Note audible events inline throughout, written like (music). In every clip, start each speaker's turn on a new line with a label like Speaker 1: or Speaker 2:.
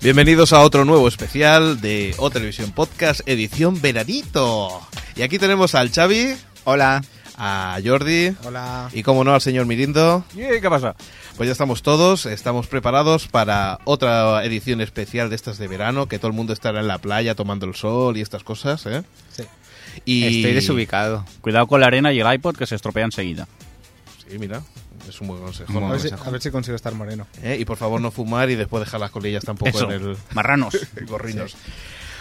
Speaker 1: Bienvenidos a otro nuevo especial de O Televisión Podcast, edición veranito. Y aquí tenemos al Xavi,
Speaker 2: Hola.
Speaker 1: a Jordi
Speaker 2: Hola.
Speaker 1: y, como no, al señor Mirindo.
Speaker 3: ¿Qué pasa?
Speaker 1: Pues ya estamos todos, estamos preparados para otra edición especial de estas de verano, que todo el mundo estará en la playa tomando el sol y estas cosas, ¿eh?
Speaker 2: Sí.
Speaker 1: Y...
Speaker 2: Estoy desubicado.
Speaker 3: Cuidado con la arena y el iPod que se estropea enseguida.
Speaker 1: Sí, mira, es un buen consejo.
Speaker 3: Muy
Speaker 1: ¿no?
Speaker 2: A ver, si,
Speaker 1: Consejo.
Speaker 2: a ver si consigo estar moreno.
Speaker 1: ¿Eh? Y por favor no fumar y después dejar las colillas tampoco
Speaker 3: Eso,
Speaker 1: en el...
Speaker 3: marranos.
Speaker 1: gorrinos.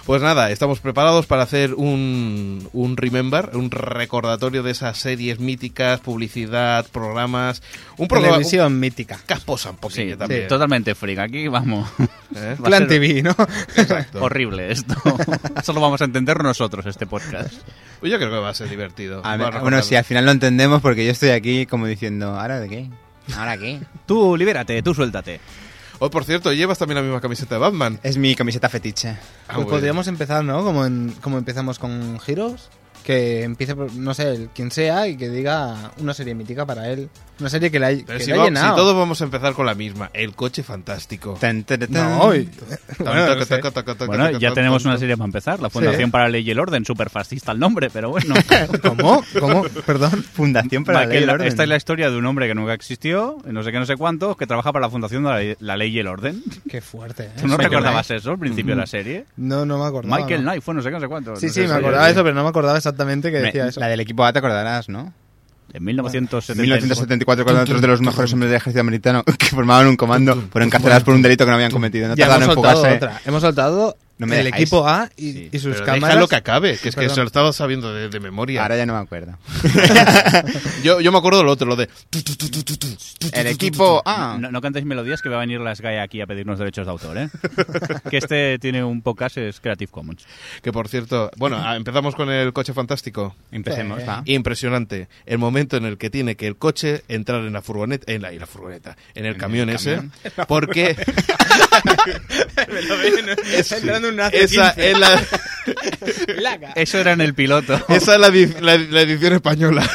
Speaker 1: Pues nada, estamos preparados para hacer un, un remember, un recordatorio de esas series míticas, publicidad, programas. Un programa. Un
Speaker 2: Televisión mítica.
Speaker 1: casposa un poquillo
Speaker 3: Sí,
Speaker 1: también.
Speaker 3: sí, totalmente freak. Aquí vamos.
Speaker 1: ¿eh?
Speaker 3: Va a
Speaker 2: Plan
Speaker 3: ser
Speaker 2: TV,
Speaker 3: (laughs)
Speaker 2: ¿no?
Speaker 1: Exacto.
Speaker 3: Horrible esto. Solo vamos a entender nosotros este podcast.
Speaker 1: Pues yo creo que va a ser divertido. Va
Speaker 4: A ver,
Speaker 1: a
Speaker 4: bueno,
Speaker 1: recordar-
Speaker 4: si al final lo entendemos, porque yo estoy aquí como diciendo, ¿ahora de qué? ¿Ahora qué?
Speaker 3: Tú libérate, tú suéltate.
Speaker 1: Oh, por cierto, llevas también la misma camiseta de Batman.
Speaker 4: Es mi camiseta fetiche.
Speaker 1: Ah,
Speaker 2: pues
Speaker 1: bueno.
Speaker 2: podríamos empezar, ¿no? Como, en- como empezamos con Heroes. Que empiece, por, no sé, el quien sea y que diga una serie mítica para él. Una serie que la, que
Speaker 1: Pero
Speaker 2: le
Speaker 1: si,
Speaker 2: ha
Speaker 1: va-
Speaker 2: llenado.
Speaker 1: si todos vamos a empezar con la misma, el coche fantástico.
Speaker 4: Tan, tan, tan.
Speaker 2: No, y- Bueno,
Speaker 1: Tan,
Speaker 2: no
Speaker 1: taca,
Speaker 2: sé.
Speaker 1: taca, taca, taca,
Speaker 3: Bueno,
Speaker 1: taca,
Speaker 3: ya
Speaker 1: taca,
Speaker 3: tenemos
Speaker 1: taca.
Speaker 3: una serie para empezar. La Fundación para la Ley y el Orden. Súper fascista el nombre, pero bueno.
Speaker 2: ¿Cómo? ¿Cómo? Perdón.
Speaker 4: Fundación para
Speaker 3: Va,
Speaker 4: la
Speaker 3: que
Speaker 4: ley y el
Speaker 3: la-
Speaker 4: orden.
Speaker 3: Esta es la historia de un hombre que nunca existió, no sé qué, no sé cuántos, que trabaja para la Fundación de la, Ley- la Ley y el Orden.
Speaker 2: Qué fuerte. ¿eh?
Speaker 3: ¿Tú no
Speaker 4: Michael
Speaker 3: recordabas eso al principio de la serie?
Speaker 2: No, no me acordaba.
Speaker 3: Michael
Speaker 2: no.
Speaker 3: Knight fue no sé qué, no sé cuánto.
Speaker 2: Sí,
Speaker 3: no
Speaker 2: sí,
Speaker 3: sé,
Speaker 2: me
Speaker 3: sí,
Speaker 2: acordaba
Speaker 3: sí.
Speaker 2: de eso, pero no me acordaba exactamente que
Speaker 3: Me-
Speaker 2: decía eso.
Speaker 4: La del equipo A te acordarás, ¿no?
Speaker 3: En 1970.
Speaker 4: 1974, cuando otros de los mejores hombres del ejército americano (laughs) que formaban un comando fueron encarcelados por un delito que no habían cometido. No
Speaker 2: Ya hemos
Speaker 4: tardaron en
Speaker 2: soltado
Speaker 4: fugarse.
Speaker 2: otra. Hemos soltado
Speaker 4: No me
Speaker 2: el
Speaker 4: dejáis.
Speaker 2: equipo A y,
Speaker 3: Sí,
Speaker 2: y sus
Speaker 1: Pero
Speaker 2: cámaras.
Speaker 1: déjalo que
Speaker 2: (laughs)
Speaker 1: acabe, que es que
Speaker 2: Perdón.
Speaker 1: se lo estaba sabiendo de, de memoria.
Speaker 4: Ahora ya no me acuerdo.
Speaker 1: Yo, yo me acuerdo del otro, lo de.
Speaker 4: El equipo A.
Speaker 3: No, no cantéis melodías que va a venir las GAE aquí a pedirnos derechos de autor, ¿eh? que este tiene un podcast, es Creative Commons.
Speaker 1: Que por cierto, bueno, ah, empezamos con el coche fantástico.
Speaker 4: Empecemos, va.
Speaker 1: Impresionante. El momento en el que tiene que el coche entrar en la furgoneta, en la, en la furgoneta, en el camión ese,
Speaker 4: (laughs)
Speaker 1: porque
Speaker 2: Está entrando un AC-15.
Speaker 1: esa es la,
Speaker 2: Placa.
Speaker 3: Eso era en el
Speaker 2: (laughs)
Speaker 3: piloto.
Speaker 1: esa es la, edi- la- la edición
Speaker 4: (laughs)
Speaker 1: española.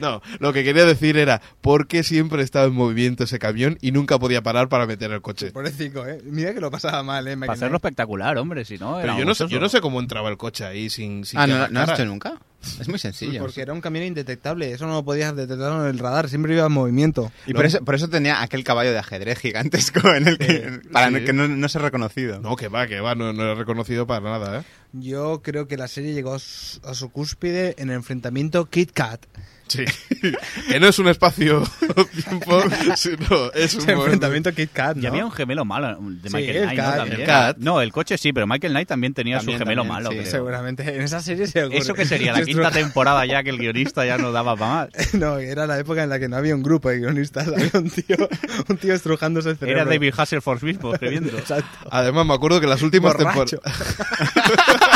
Speaker 1: No, lo que quería decir era, ¿por qué siempre estaba en movimiento ese camión y nunca podía parar para meter el coche?
Speaker 2: Pobrecito, eh. Mira que lo pasaba mal, eh.
Speaker 3: Para
Speaker 2: Michael
Speaker 3: hacerlo
Speaker 2: Knight.
Speaker 3: espectacular, hombre, si no. era
Speaker 1: Pero yo no, sé,
Speaker 3: gozoso.
Speaker 1: yo no sé cómo entraba el coche ahí sin, sin
Speaker 4: Ah,
Speaker 1: que
Speaker 4: ¿no, ¿no lo has
Speaker 1: arrancara.
Speaker 4: hecho nunca? Es muy sencillo.
Speaker 2: Porque era un camión indetectable, eso no lo podías detectar en el radar, siempre iba en movimiento.
Speaker 4: Y por eso, por eso tenía aquel caballo de ajedrez gigantesco en el que, para
Speaker 1: sí.
Speaker 4: que no, no ser reconocido.
Speaker 1: No, que va, que va, no, no era reconocido para nada, ¿eh?
Speaker 2: Yo creo que la serie llegó a su, a su cúspide en el enfrentamiento Kit Kat.
Speaker 1: Sí. (laughs) que no es un espacio (laughs) tiempo, sino es un
Speaker 2: (laughs) El
Speaker 1: momento.
Speaker 2: enfrentamiento Kit Kat, ¿no?
Speaker 3: Y había un gemelo malo de
Speaker 2: Sí,
Speaker 3: Michael
Speaker 2: el
Speaker 3: Knight, ¿no?
Speaker 2: Cat,
Speaker 3: También.
Speaker 1: el Cat.
Speaker 3: No, el coche sí, pero Michael Knight también tenía
Speaker 4: También,
Speaker 3: su gemelo
Speaker 4: también,
Speaker 3: malo.
Speaker 4: sí.
Speaker 3: creo.
Speaker 2: Seguramente, en esa serie se ocurre.
Speaker 3: Eso que
Speaker 1: (laughs)
Speaker 3: sería
Speaker 2: (laughs)
Speaker 3: la
Speaker 2: Se
Speaker 3: quinta
Speaker 2: estru-
Speaker 3: temporada ya que el guionista ya no daba para más.
Speaker 2: No, era la época en la que no había un grupo de guionistas, (laughs) había un tío, un tío estrujándose el cerebro.
Speaker 3: Era David Hasselhoff
Speaker 1: (laughs)
Speaker 3: mismo escribiendo.
Speaker 2: (laughs) Exacto.
Speaker 1: Además, me acuerdo que las últimas
Speaker 2: Borracho.
Speaker 1: temporadas.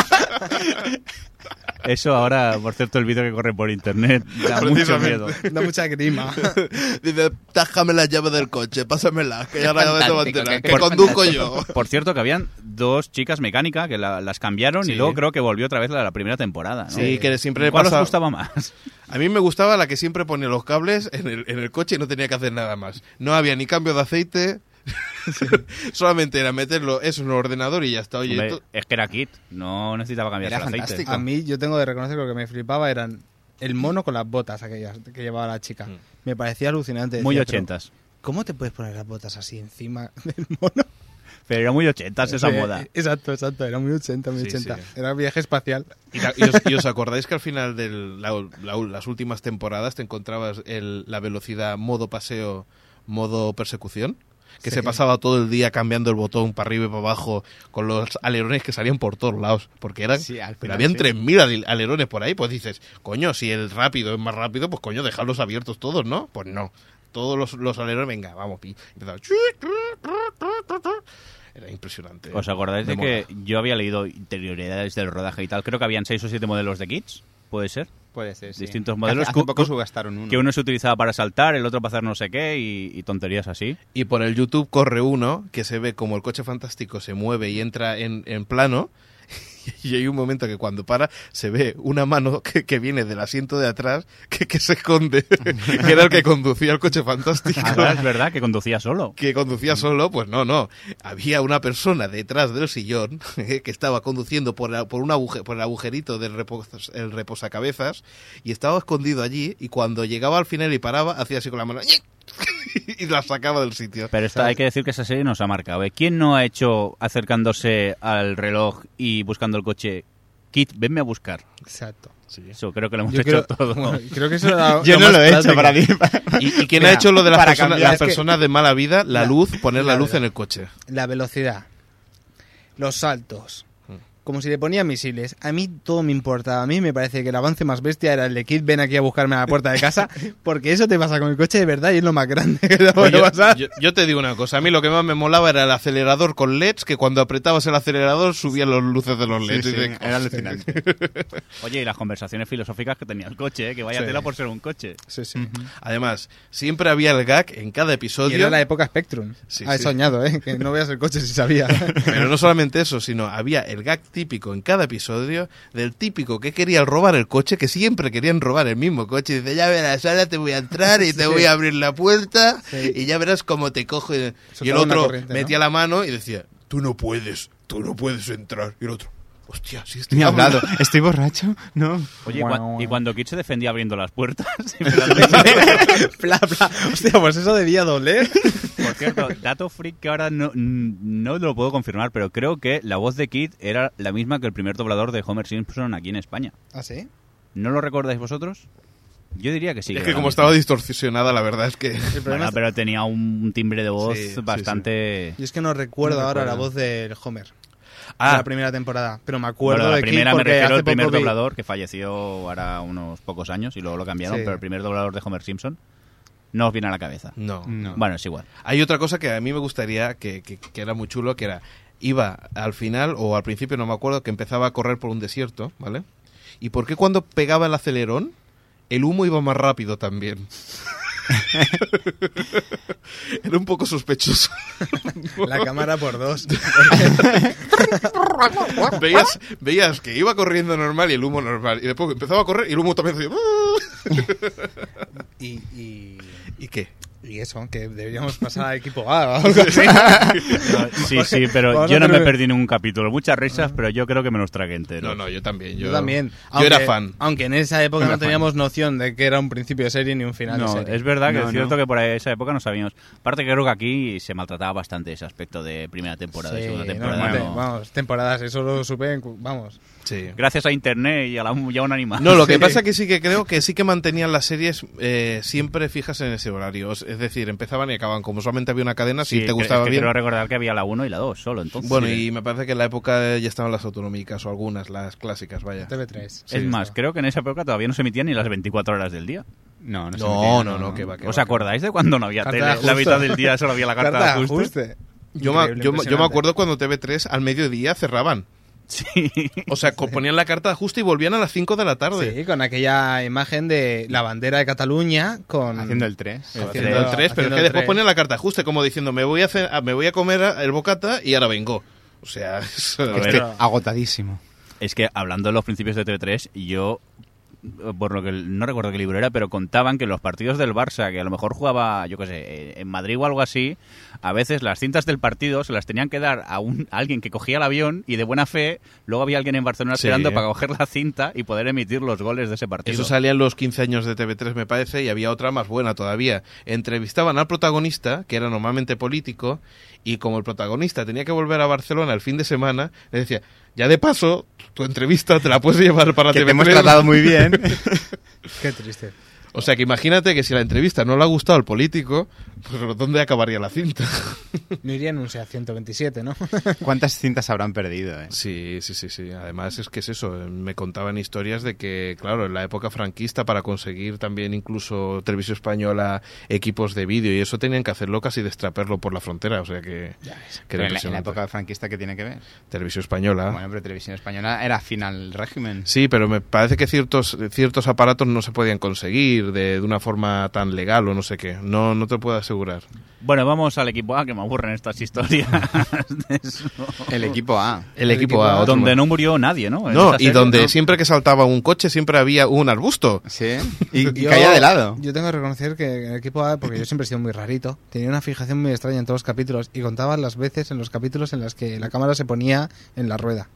Speaker 3: Eso ahora, por cierto, el vídeo que corre por internet (laughs) da mucho
Speaker 1: Precisamente.
Speaker 3: miedo.
Speaker 2: Da mucha grima.
Speaker 1: (laughs) Dice, tájame la llave del coche, pásamela, que ya la
Speaker 4: fantástico,
Speaker 1: voy a enterar,
Speaker 4: qué-
Speaker 1: que
Speaker 4: qué
Speaker 1: conduzco yo.
Speaker 3: Por cierto, que habían dos chicas mecánicas que la- las cambiaron
Speaker 1: Sí.
Speaker 3: y luego creo que volvió otra vez la, la primera temporada. ¿no?
Speaker 1: Sí, que siempre le
Speaker 3: ¿Cuál
Speaker 1: pasa-
Speaker 3: os gustaba más?
Speaker 1: A mí me gustaba la que siempre ponía los cables en el, en el coche y no tenía que hacer nada más. No había ni cambio de aceite. (laughs) Solamente era meterlo eso en el ordenador y ya está. Oye,
Speaker 3: Hombre,
Speaker 1: tú-
Speaker 3: es que era Kit, no necesitaba cambiar el
Speaker 4: Era
Speaker 3: aceite.
Speaker 2: (laughs)
Speaker 4: fantástico.
Speaker 2: A mí, yo tengo de reconocer que lo que me flipaba eran el mono con las botas aquellas que llevaba la chica.
Speaker 1: Mm.
Speaker 2: Me parecía alucinante.
Speaker 3: Muy
Speaker 2: decía, pero
Speaker 3: ochentas.
Speaker 2: ¿Cómo te puedes poner las botas así encima (laughs) del mono?
Speaker 3: Pero era muy ochentas esa
Speaker 2: Sí,
Speaker 3: moda.
Speaker 2: Exacto, exacto. Era muy 80, muy
Speaker 1: Sí,
Speaker 2: 80.
Speaker 1: sí.
Speaker 2: Era viaje espacial.
Speaker 1: Y, la- y os, y os acordáis que al final de las últimas temporadas te encontrabas el- la velocidad modo paseo, modo persecución? Que
Speaker 2: Sí.
Speaker 1: se pasaba todo el día cambiando el botón para arriba y para abajo con los alerones que salían por todos lados. Porque eran.
Speaker 4: Sí, al
Speaker 1: pero
Speaker 4: final,
Speaker 1: habían
Speaker 4: sí.
Speaker 1: 3.000 ale- alerones por ahí. Pues dices, coño, si el rápido es más rápido, pues coño, dejarlos abiertos todos, ¿no? Pues no. Todos los, los alerones, venga, vamos. pi. Y empezaba, chu, chu, chu, chu, chu. Era impresionante.
Speaker 3: ¿Os acordáis
Speaker 1: Me
Speaker 3: de que yo había leído interioridades del rodaje y tal? Creo que habían seis o siete modelos de kits, puede ser.
Speaker 4: Puede ser, sí.
Speaker 3: Distintos modelos.
Speaker 4: Hace, hace
Speaker 3: Cu-
Speaker 4: poco
Speaker 3: cu-
Speaker 4: subgastaron uno.
Speaker 3: Que uno se utilizaba para saltar, el otro para hacer no sé qué y, y tonterías así.
Speaker 1: Y por el YouTube corre uno que se ve como el coche fantástico se mueve y entra en, en plano (laughs) Y hay un momento que cuando para se ve una mano que, que viene del asiento de atrás que, que se esconde, (laughs) que era el que conducía el coche fantástico.
Speaker 3: Ahora es verdad que conducía solo.
Speaker 1: que conducía solo, pues no, no. Había una persona detrás del sillón (laughs) eh, que estaba conduciendo por, la- por, un aguje- por el agujerito del repos- el reposacabezas y estaba escondido allí y cuando llegaba al final y paraba, hacía así con la mano (laughs) ¡ñic! y la sacaba del sitio.
Speaker 3: Pero esta- hay que decir que esa serie nos ha marcado. ¿eh? ¿Quién no ha hecho acercándose al reloj y buscando el coche? Kit, venme a buscar.
Speaker 2: Exacto.
Speaker 1: Sí.
Speaker 3: Eso creo que lo hemos
Speaker 2: (laughs) Yo
Speaker 3: hecho
Speaker 2: creo,
Speaker 3: todo.
Speaker 2: bueno, creo que eso era
Speaker 3: (laughs)
Speaker 4: Yo no lo he hecho para mí.
Speaker 1: ¿Y, y quién ha
Speaker 2: Mira,
Speaker 1: hecho lo de las
Speaker 2: para
Speaker 1: personas,
Speaker 2: cambiar,
Speaker 1: las
Speaker 2: es que-
Speaker 1: personas de mala vida? La
Speaker 2: La-
Speaker 1: luz, poner la
Speaker 2: la
Speaker 1: luz
Speaker 2: verdad.
Speaker 1: en el (laughs) coche.
Speaker 2: La velocidad, los saltos,
Speaker 3: Mm.
Speaker 2: como si le ponía misiles. A mí todo me importaba. A mí me parece que el avance más bestia era el de Kid, ven aquí a buscarme a la puerta de
Speaker 3: (laughs)
Speaker 2: casa, porque eso te pasa con el coche de verdad y es lo más grande que te
Speaker 1: Pues
Speaker 2: puede pasar.
Speaker 1: yo, yo- yo te digo una cosa, a mí lo que más me molaba era el acelerador con LEDs, que cuando apretabas el acelerador subían las luces de los
Speaker 4: Sí,
Speaker 1: LEDs.
Speaker 4: sí,
Speaker 1: Y dices,
Speaker 4: era alucinante.
Speaker 3: Oye, y las conversaciones filosóficas que tenía el coche, ¿eh? que vaya
Speaker 2: Sí.
Speaker 3: tela por ser un coche.
Speaker 2: Sí, sí.
Speaker 1: Además, siempre había el gag en cada
Speaker 2: Y
Speaker 1: episodio.
Speaker 2: era la época Spectrum.
Speaker 1: Sí,
Speaker 2: ah, he
Speaker 1: sí.
Speaker 2: soñado, ¿eh? Que no veas el coche
Speaker 3: (laughs)
Speaker 2: si sabía. (laughs)
Speaker 1: Pero no solamente eso, sino había el gag típico en cada episodio del típico que quería robar el coche, que siempre querían robar el mismo coche. Y dice, ya verás, ahora te voy a entrar
Speaker 2: (laughs)
Speaker 1: y te voy a abrir la puerta
Speaker 2: Sí.
Speaker 1: y ya verás cómo te cojo. Y, y el
Speaker 2: Soltaba una
Speaker 1: otro
Speaker 2: corriente, ¿no?
Speaker 1: metía la mano y decía, tú no puedes, tú no puedes entrar. Y el otro, hostia, este si estoy
Speaker 4: Ni hablado.
Speaker 1: hablando".
Speaker 4: ¿Estoy borracho? No.
Speaker 3: Oye, y, cua-
Speaker 2: Guau, guau.
Speaker 3: y cuando Kit se defendía abriendo las puertas. (laughs) ¿eh?
Speaker 2: Bla, bla. Hostia, pues eso debía doler.
Speaker 3: Por cierto, dato freak que ahora no, no lo puedo confirmar, pero creo que la voz de Kid era la misma que el primer doblador de Homer Simpson aquí en España.
Speaker 2: ¿Ah, sí?
Speaker 3: ¿No lo recordáis vosotros? Yo diría que sí.
Speaker 1: es
Speaker 3: que
Speaker 1: que
Speaker 3: era
Speaker 1: como
Speaker 3: la
Speaker 1: estaba
Speaker 3: misma.
Speaker 1: distorsionada, la verdad es que... (laughs)
Speaker 2: El
Speaker 3: Bueno,
Speaker 2: problema es-
Speaker 3: pero tenía un timbre de voz
Speaker 1: Sí, sí,
Speaker 3: bastante...
Speaker 2: Yo es que no recuerdo
Speaker 1: No
Speaker 2: ahora
Speaker 1: recuerdo.
Speaker 2: la voz del Homer.
Speaker 1: Ah.
Speaker 2: De la primera temporada. Pero me acuerdo
Speaker 3: Bueno, la
Speaker 2: de Kid
Speaker 3: primera me
Speaker 2: porque
Speaker 3: refiero
Speaker 2: hace
Speaker 3: al primer
Speaker 2: poco vi-
Speaker 3: doblador que falleció ahora unos pocos años y luego lo cambiaron,
Speaker 2: Sí.
Speaker 3: pero el primer doblador de Homer Simpson no os viene a la cabeza.
Speaker 1: No.
Speaker 4: No.
Speaker 3: Bueno, es igual.
Speaker 1: Hay otra cosa que a mí me gustaría, que, que- que era muy chulo, que era, iba al final o al principio, no me acuerdo, que empezaba a correr por un desierto, ¿vale? ¿Y por qué cuando pegaba el acelerón, el humo iba más rápido también? (laughs) era un poco (laughs) sospechoso.
Speaker 2: La cámara por
Speaker 3: (laughs)
Speaker 2: dos.
Speaker 1: veías, veías que iba corriendo normal y el humo normal. Y después empezaba a correr y el humo también (laughs) hacía... "Uh".
Speaker 2: Y, y,
Speaker 1: ¿Y qué?
Speaker 2: y eso, que deberíamos pasar al
Speaker 1: (laughs)
Speaker 2: equipo A o algo así.
Speaker 3: Sí, sí, pero
Speaker 2: Vamos
Speaker 3: yo
Speaker 2: a
Speaker 3: no me
Speaker 2: hacer-
Speaker 3: perdí ningún capítulo. Muchas risas, pero yo creo que me los tragué enteros.
Speaker 1: No, no, yo también. Yo,
Speaker 2: Yo también.
Speaker 1: Yo era fan.
Speaker 2: Aunque en esa época
Speaker 4: Era
Speaker 2: no teníamos noción de que era un principio de serie ni un final
Speaker 3: No,
Speaker 2: de serie.
Speaker 3: es verdad que
Speaker 4: No,
Speaker 3: es cierto
Speaker 4: no.
Speaker 3: que por esa época no sabíamos. Aparte que creo que aquí se maltrataba bastante ese aspecto de primera temporada y
Speaker 2: Sí,
Speaker 3: segunda
Speaker 2: no,
Speaker 3: temporada.
Speaker 2: no,
Speaker 3: no.
Speaker 2: Vamos, temporadas, eso lo supe, en cu- vamos.
Speaker 1: Sí.
Speaker 3: Gracias a internet y a, la, y a un animal.
Speaker 1: No, lo que
Speaker 2: Sí.
Speaker 1: pasa que sí que creo que sí que mantenían las series eh, siempre fijas en ese horario. Es es decir, empezaban y acababan. Como solamente había una cadena, si
Speaker 3: Sí,
Speaker 1: Ah, te
Speaker 3: que-
Speaker 1: gustaba
Speaker 3: es que
Speaker 1: bien.
Speaker 3: Quiero recordar que había la 1 y la 2 solo, entonces.
Speaker 1: Bueno,
Speaker 3: Sí.
Speaker 1: y me parece que en la época ya estaban las autonómicas o algunas, las clásicas, vaya.
Speaker 2: TV3.
Speaker 3: Es más, creo que en esa época todavía no se emitían ni las 24 horas del día.
Speaker 4: No, no, se
Speaker 1: No,
Speaker 4: metía,
Speaker 1: no, no, que va, que
Speaker 3: ¿Os
Speaker 1: va.
Speaker 3: acordáis de cuando no había
Speaker 2: Carta
Speaker 3: tele?
Speaker 2: de
Speaker 3: La
Speaker 2: ajuste.
Speaker 3: mitad del día solo había la carta, de ajuste.
Speaker 1: Yo me, yo, me-
Speaker 2: Increíble,
Speaker 1: yo me
Speaker 2: impresionante.
Speaker 1: acuerdo cuando TV3 al mediodía cerraban.
Speaker 3: Sí.
Speaker 1: O sea, co- ponían la carta de ajuste y volvían a las 5 de la tarde.
Speaker 2: Sí, con aquella imagen de la bandera de Cataluña con...
Speaker 4: Haciendo el 3.
Speaker 2: Haciendo-
Speaker 1: Haciendo el 3, pero es
Speaker 2: haciendo
Speaker 1: que
Speaker 2: el
Speaker 1: después
Speaker 2: tres.
Speaker 1: ponían la carta de ajuste como diciendo, me voy a, hacer, me voy a comer el bocata y ahora vengo. O sea, (laughs) eso-
Speaker 3: A ver,
Speaker 4: agotadísimo.
Speaker 3: Es que hablando de los principios de TV3, yo, por lo que no recuerdo qué libro era, pero contaban que en los partidos del Barça, que a lo mejor jugaba, yo qué sé, eh, en Madrid o algo así, a veces las cintas del partido se las tenían que dar a, un, a alguien que cogía el avión y de buena fe, luego había alguien en Barcelona
Speaker 1: Sí.
Speaker 3: esperando para coger la cinta y poder emitir los goles de ese partido.
Speaker 1: Eso salía en los 15 años de TV3, me parece, y había otra más buena todavía. Entrevistaban al protagonista, que era normalmente político, y como el protagonista tenía que volver a Barcelona el fin de semana, le decía, ya de paso, tu entrevista te la puedes llevar para
Speaker 4: Que
Speaker 1: TV3.
Speaker 4: te hemos tratado muy bien.
Speaker 2: Qué triste.
Speaker 1: O sea, que imagínate que si la entrevista no le ha gustado al político, pues ¿dónde acabaría la cinta?
Speaker 2: No iría en un SEA 127, ¿no?
Speaker 4: ¿Cuántas cintas habrán perdido? eh?
Speaker 1: Sí, sí, sí, sí. Además es que es eso. eh, Me contaban historias de que, claro, en la época franquista para conseguir también incluso televisión española equipos de vídeo y eso tenían que hacerlo casi destraperlo por la frontera. O sea que, que era
Speaker 4: Pero en, la, en la
Speaker 1: impresionante.
Speaker 4: época franquista, ¿qué tiene que ver?
Speaker 1: Televisión española.
Speaker 4: Bueno, pero televisión española era final régimen.
Speaker 1: Sí, pero me parece que ciertos ciertos aparatos no se podían conseguir decir de, de una forma tan legal o no sé qué. No, no te puedo asegurar.
Speaker 3: Bueno, vamos al equipo A, que me aburren estas historias. de eso.
Speaker 4: El equipo A.
Speaker 1: El, equipo, A. otro
Speaker 3: donde
Speaker 1: más.
Speaker 3: no murió nadie, ¿no? En
Speaker 1: No,
Speaker 3: esta
Speaker 1: y
Speaker 3: serie,
Speaker 1: donde
Speaker 3: ¿no?
Speaker 1: siempre que saltaba un coche siempre había un arbusto.
Speaker 4: Sí. Y, y
Speaker 2: Yo-
Speaker 4: caía de lado.
Speaker 2: Yo tengo que reconocer que el equipo A, porque yo siempre he sido muy rarito, tenía una fijación muy extraña en todos los capítulos y contaba las veces en los capítulos en las que la cámara se ponía en la rueda.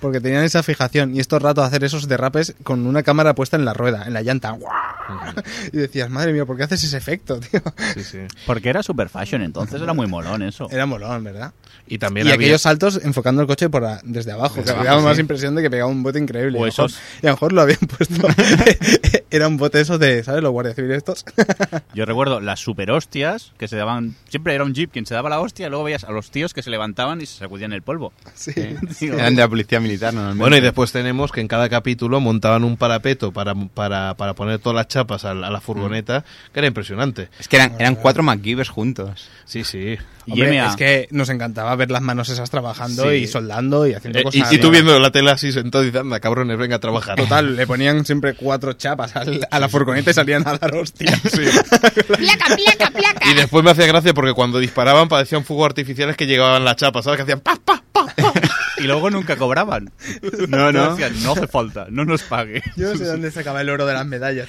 Speaker 2: Porque tenían esa fijación y estos ratos hacer esos derrapes con una cámara puesta en la rueda, en la llanta. ¡Guau! (laughs) Y decías, madre mía, ¿por qué haces ese efecto, tío?
Speaker 1: Sí, sí.
Speaker 3: Porque era super fashion, entonces era muy molón eso.
Speaker 2: Era molón, ¿verdad?
Speaker 1: Y
Speaker 2: Y
Speaker 1: también había...
Speaker 2: aquellos saltos enfocando el coche por a- desde abajo,
Speaker 4: Desde
Speaker 2: que
Speaker 4: abajo,
Speaker 2: me daba más
Speaker 4: sí.
Speaker 2: impresión de que pegaba un bote increíble.
Speaker 3: O
Speaker 2: Y a lo mejor-
Speaker 3: esos.
Speaker 2: Y a lo mejor lo habían puesto. (laughs) Era un bote esos de, ¿sabes? Los guardias civiles estos. (laughs)
Speaker 3: Yo recuerdo las super hostias que se daban. Siempre era un jeep quien se daba la hostia, y luego veías a los tíos que se levantaban y se sacudían el polvo.
Speaker 2: Sí.
Speaker 3: (laughs) Digo,
Speaker 4: Eran de la policía militar normalmente.
Speaker 1: Bueno, y después tenemos que en cada capítulo montaban un parapeto para, para, para poner todas las chapas a la, a la furgoneta, que era impresionante.
Speaker 4: Es que eran, eran cuatro MacGyvers juntos.
Speaker 1: Sí, sí.
Speaker 3: Y
Speaker 2: Hombre,
Speaker 3: MA.
Speaker 2: es que nos encantaba ver las manos esas trabajando
Speaker 1: Sí.
Speaker 2: y soldando y haciendo
Speaker 1: Eh, y,
Speaker 2: cosas.
Speaker 1: y tú viendo la tela así sentado y anda, cabrones, venga a trabajar.
Speaker 2: (laughs) Total, le ponían siempre cuatro chapas al- a la furgoneta y salían a
Speaker 1: (laughs)
Speaker 2: dar hostias.
Speaker 1: (laughs) Sí.
Speaker 5: Placa, placa, placa.
Speaker 1: Y después me hacía gracia porque cuando disparaban parecían fuegos artificiales que llegaban las chapas, ¿sabes? Que hacían pa, pa, pa, (laughs) pa.
Speaker 3: Y luego nunca cobraban.
Speaker 4: No, no.
Speaker 3: Decían, no hace falta, no nos pague.
Speaker 2: Yo no sé dónde sacaba el oro de las medallas.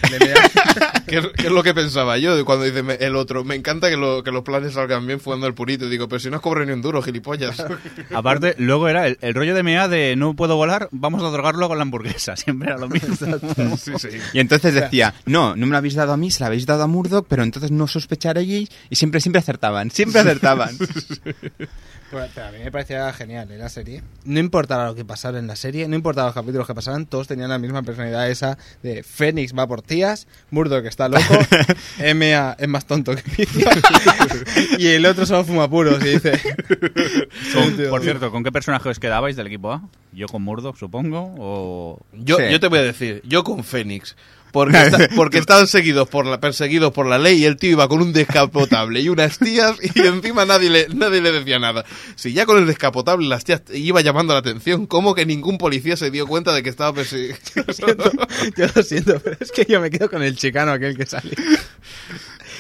Speaker 2: (laughs)
Speaker 1: ¿Qué, es- qué es lo que pensaba yo de cuando dice me- el otro? Me encanta que, lo- que los planes salgan bien fumando el purito. Y digo, pero si no os cobro ni un duro, gilipollas.
Speaker 3: Aparte, luego era el, el rollo de MEA de no puedo volar, vamos a drogarlo con la hamburguesa. (laughs) Siempre era lo mismo.
Speaker 1: (laughs) sí, sí.
Speaker 4: Y entonces decía, no, no me lo habéis dado a mí, se lo habéis dado a Murdoch, pero entonces no sospecharéis. Y siempre, siempre acertaban, siempre acertaban.
Speaker 2: a mí me parecía genial ¿eh? la serie. No importaba lo que pasara en la serie, no importaba los capítulos que pasaran, todos tenían la misma personalidad esa de Fénix va por tías, Murdoch está
Speaker 1: (laughs)
Speaker 2: loco, M.A. es más tonto que Pizza y el otro solo fuma puros y dice...
Speaker 3: Con- por cierto, ¿con qué personaje os quedabais del equipo A? Yo con Murdoch, supongo, o...
Speaker 1: Yo,
Speaker 4: Sí.
Speaker 1: yo te voy a decir, yo con Fénix. Porque, está- porque estaban seguidos por la, perseguidos por la ley y el tío iba con un descapotable y unas tías y (laughs) encima nadie le, nadie le decía nada. Si ya con el descapotable las tías iba llamando la atención, ¿cómo que ningún policía se dio cuenta de que estaba (laughs) perseguido?
Speaker 2: (laughs) Yo lo siento, pero es que yo me quedo con el chicano aquel que salió. (laughs)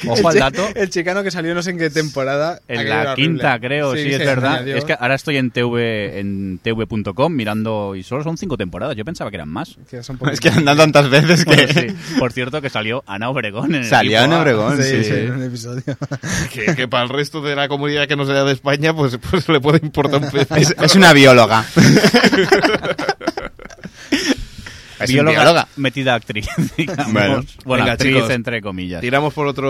Speaker 3: Ojo al
Speaker 2: chi-
Speaker 3: dato.
Speaker 2: El chicano que salió no sé en qué temporada.
Speaker 3: En
Speaker 2: aquello
Speaker 3: la
Speaker 2: era horrible.
Speaker 3: quinta, creo, sí, es
Speaker 2: se
Speaker 3: verdad.
Speaker 2: añadió.
Speaker 3: Es que ahora estoy en TV, en tv.com mirando y solo son cinco temporadas. Yo pensaba que eran más.
Speaker 2: Que son
Speaker 4: es que
Speaker 2: poquitos.
Speaker 4: han dado tantas veces que...
Speaker 3: Bueno, sí. Por cierto, que salió Ana Obregón en el
Speaker 4: Salió
Speaker 3: equipo
Speaker 4: Ana
Speaker 3: A.
Speaker 4: Obregón.
Speaker 2: Sí,
Speaker 4: sí.
Speaker 2: sí, en
Speaker 3: (laughs)
Speaker 2: un episodio.
Speaker 1: que, que para el resto de la comunidad que no sea de España, pues, pues le puede importar un pez.
Speaker 4: Es, (laughs) es
Speaker 1: (laughs)
Speaker 4: una bióloga. es una
Speaker 3: Bióloga,
Speaker 4: bióloga.
Speaker 3: metida actriz, (laughs) digamos.
Speaker 4: Bueno.
Speaker 3: Bueno,
Speaker 1: Venga,
Speaker 3: actriz,
Speaker 1: chicos.
Speaker 3: entre comillas.
Speaker 1: Tiramos por otro,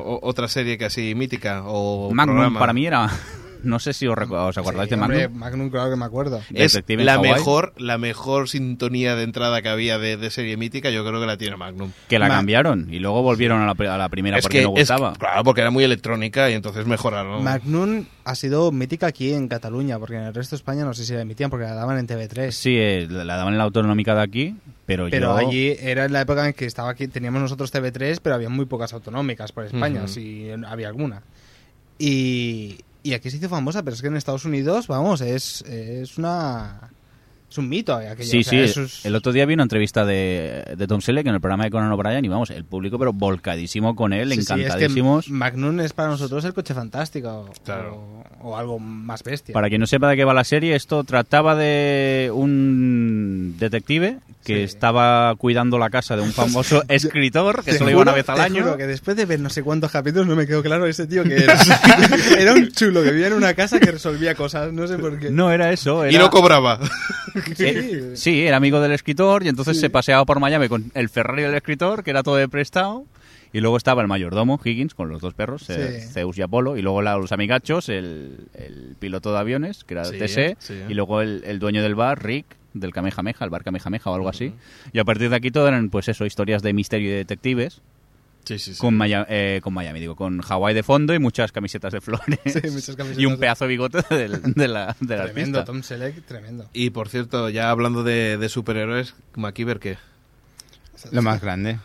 Speaker 1: o- otra serie casi mítica o
Speaker 3: Magnum
Speaker 1: programa.
Speaker 3: para mí era... (laughs) No sé si os, recu- os acordáis
Speaker 2: Sí,
Speaker 3: de Magnum.
Speaker 2: hombre, Magnum, claro que me acuerdo.
Speaker 1: Es
Speaker 3: Detective en
Speaker 1: la
Speaker 3: Hawái,
Speaker 1: mejor, la mejor sintonía de entrada que había de, de serie mítica, yo creo que la tiene Magnum.
Speaker 3: Que la
Speaker 2: Ma-
Speaker 3: cambiaron y luego volvieron a la, pri- a la primera porque no
Speaker 1: es-
Speaker 3: gustaba.
Speaker 1: claro, porque era muy electrónica y entonces mejoraron.
Speaker 2: Magnum ha sido mítica aquí en Cataluña, porque en el resto de España no sé si la emitían porque la daban en TV3.
Speaker 3: Sí, eh, la la daban en la autonómica de aquí, pero,
Speaker 2: Pero
Speaker 3: Pues yo...
Speaker 2: allí era en la época en que estaba aquí, teníamos nosotros TV3, pero había muy pocas autonómicas por España,
Speaker 1: Ujú.
Speaker 2: si había alguna. Y, y aquí se hizo famosa, pero es que en Estados Unidos, vamos, es, es una... Es un mito eh, aquello,
Speaker 3: Sí,
Speaker 2: o sea,
Speaker 3: sí.
Speaker 2: eso es-
Speaker 3: El otro día vi una entrevista de, de Tom Selleck en el programa de Conan O'Brien y vamos, el público pero volcadísimo con él,
Speaker 2: sí, sí, es que
Speaker 3: encantadísimos.
Speaker 2: Magnum es para nosotros el coche fantástico o-
Speaker 1: Claro.
Speaker 2: o, algo más bestia.
Speaker 3: Para quien no sepa de qué va la serie, esto trataba de un detective que
Speaker 2: Sí.
Speaker 3: estaba cuidando la casa de un
Speaker 2: (laughs)
Speaker 3: famoso escritor que
Speaker 2: Te
Speaker 3: solo iba una
Speaker 2: juro-
Speaker 3: vez al
Speaker 2: te
Speaker 3: año.
Speaker 2: juro que después de ver no sé cuántos capítulos no me quedó claro ese tío que era. (laughs) era un chulo que vivía en una casa que resolvía cosas, no sé por qué.
Speaker 3: No era eso,
Speaker 1: Y
Speaker 3: era-
Speaker 1: no cobraba.
Speaker 3: eh, sí, era amigo del escritor y entonces se paseaba por Miami con el Ferrari del escritor, que era todo de prestado. Y luego estaba el mayordomo, Higgins, con los dos perros, eh,
Speaker 2: Sí.
Speaker 3: Zeus y Apolo. Y luego la- los amigachos, el, el piloto de aviones, que era
Speaker 1: Sí,
Speaker 3: TC.
Speaker 2: eh,
Speaker 1: sí.
Speaker 3: Y luego el, el dueño del bar, Rick, del Kamehameha, el bar Kamehameha o algo así. Y a partir de aquí todo eran, pues eso, historias de misterio y de detectives.
Speaker 1: (laughs) Sí, sí, sí.
Speaker 3: Con, Maya- eh, con Miami, digo, con Hawái de fondo y muchas camisetas de flores.
Speaker 2: Sí, muchas
Speaker 3: (laughs)
Speaker 2: camisetas
Speaker 3: y un
Speaker 2: de-
Speaker 3: pedazo de bigote del- de, la, de la
Speaker 2: Tremendo,
Speaker 3: artista.
Speaker 2: Tom Selleck, tremendo.
Speaker 1: Y por cierto, ya hablando de, de superhéroes, MacIver
Speaker 3: (laughs)
Speaker 1: que
Speaker 4: Lo más grande.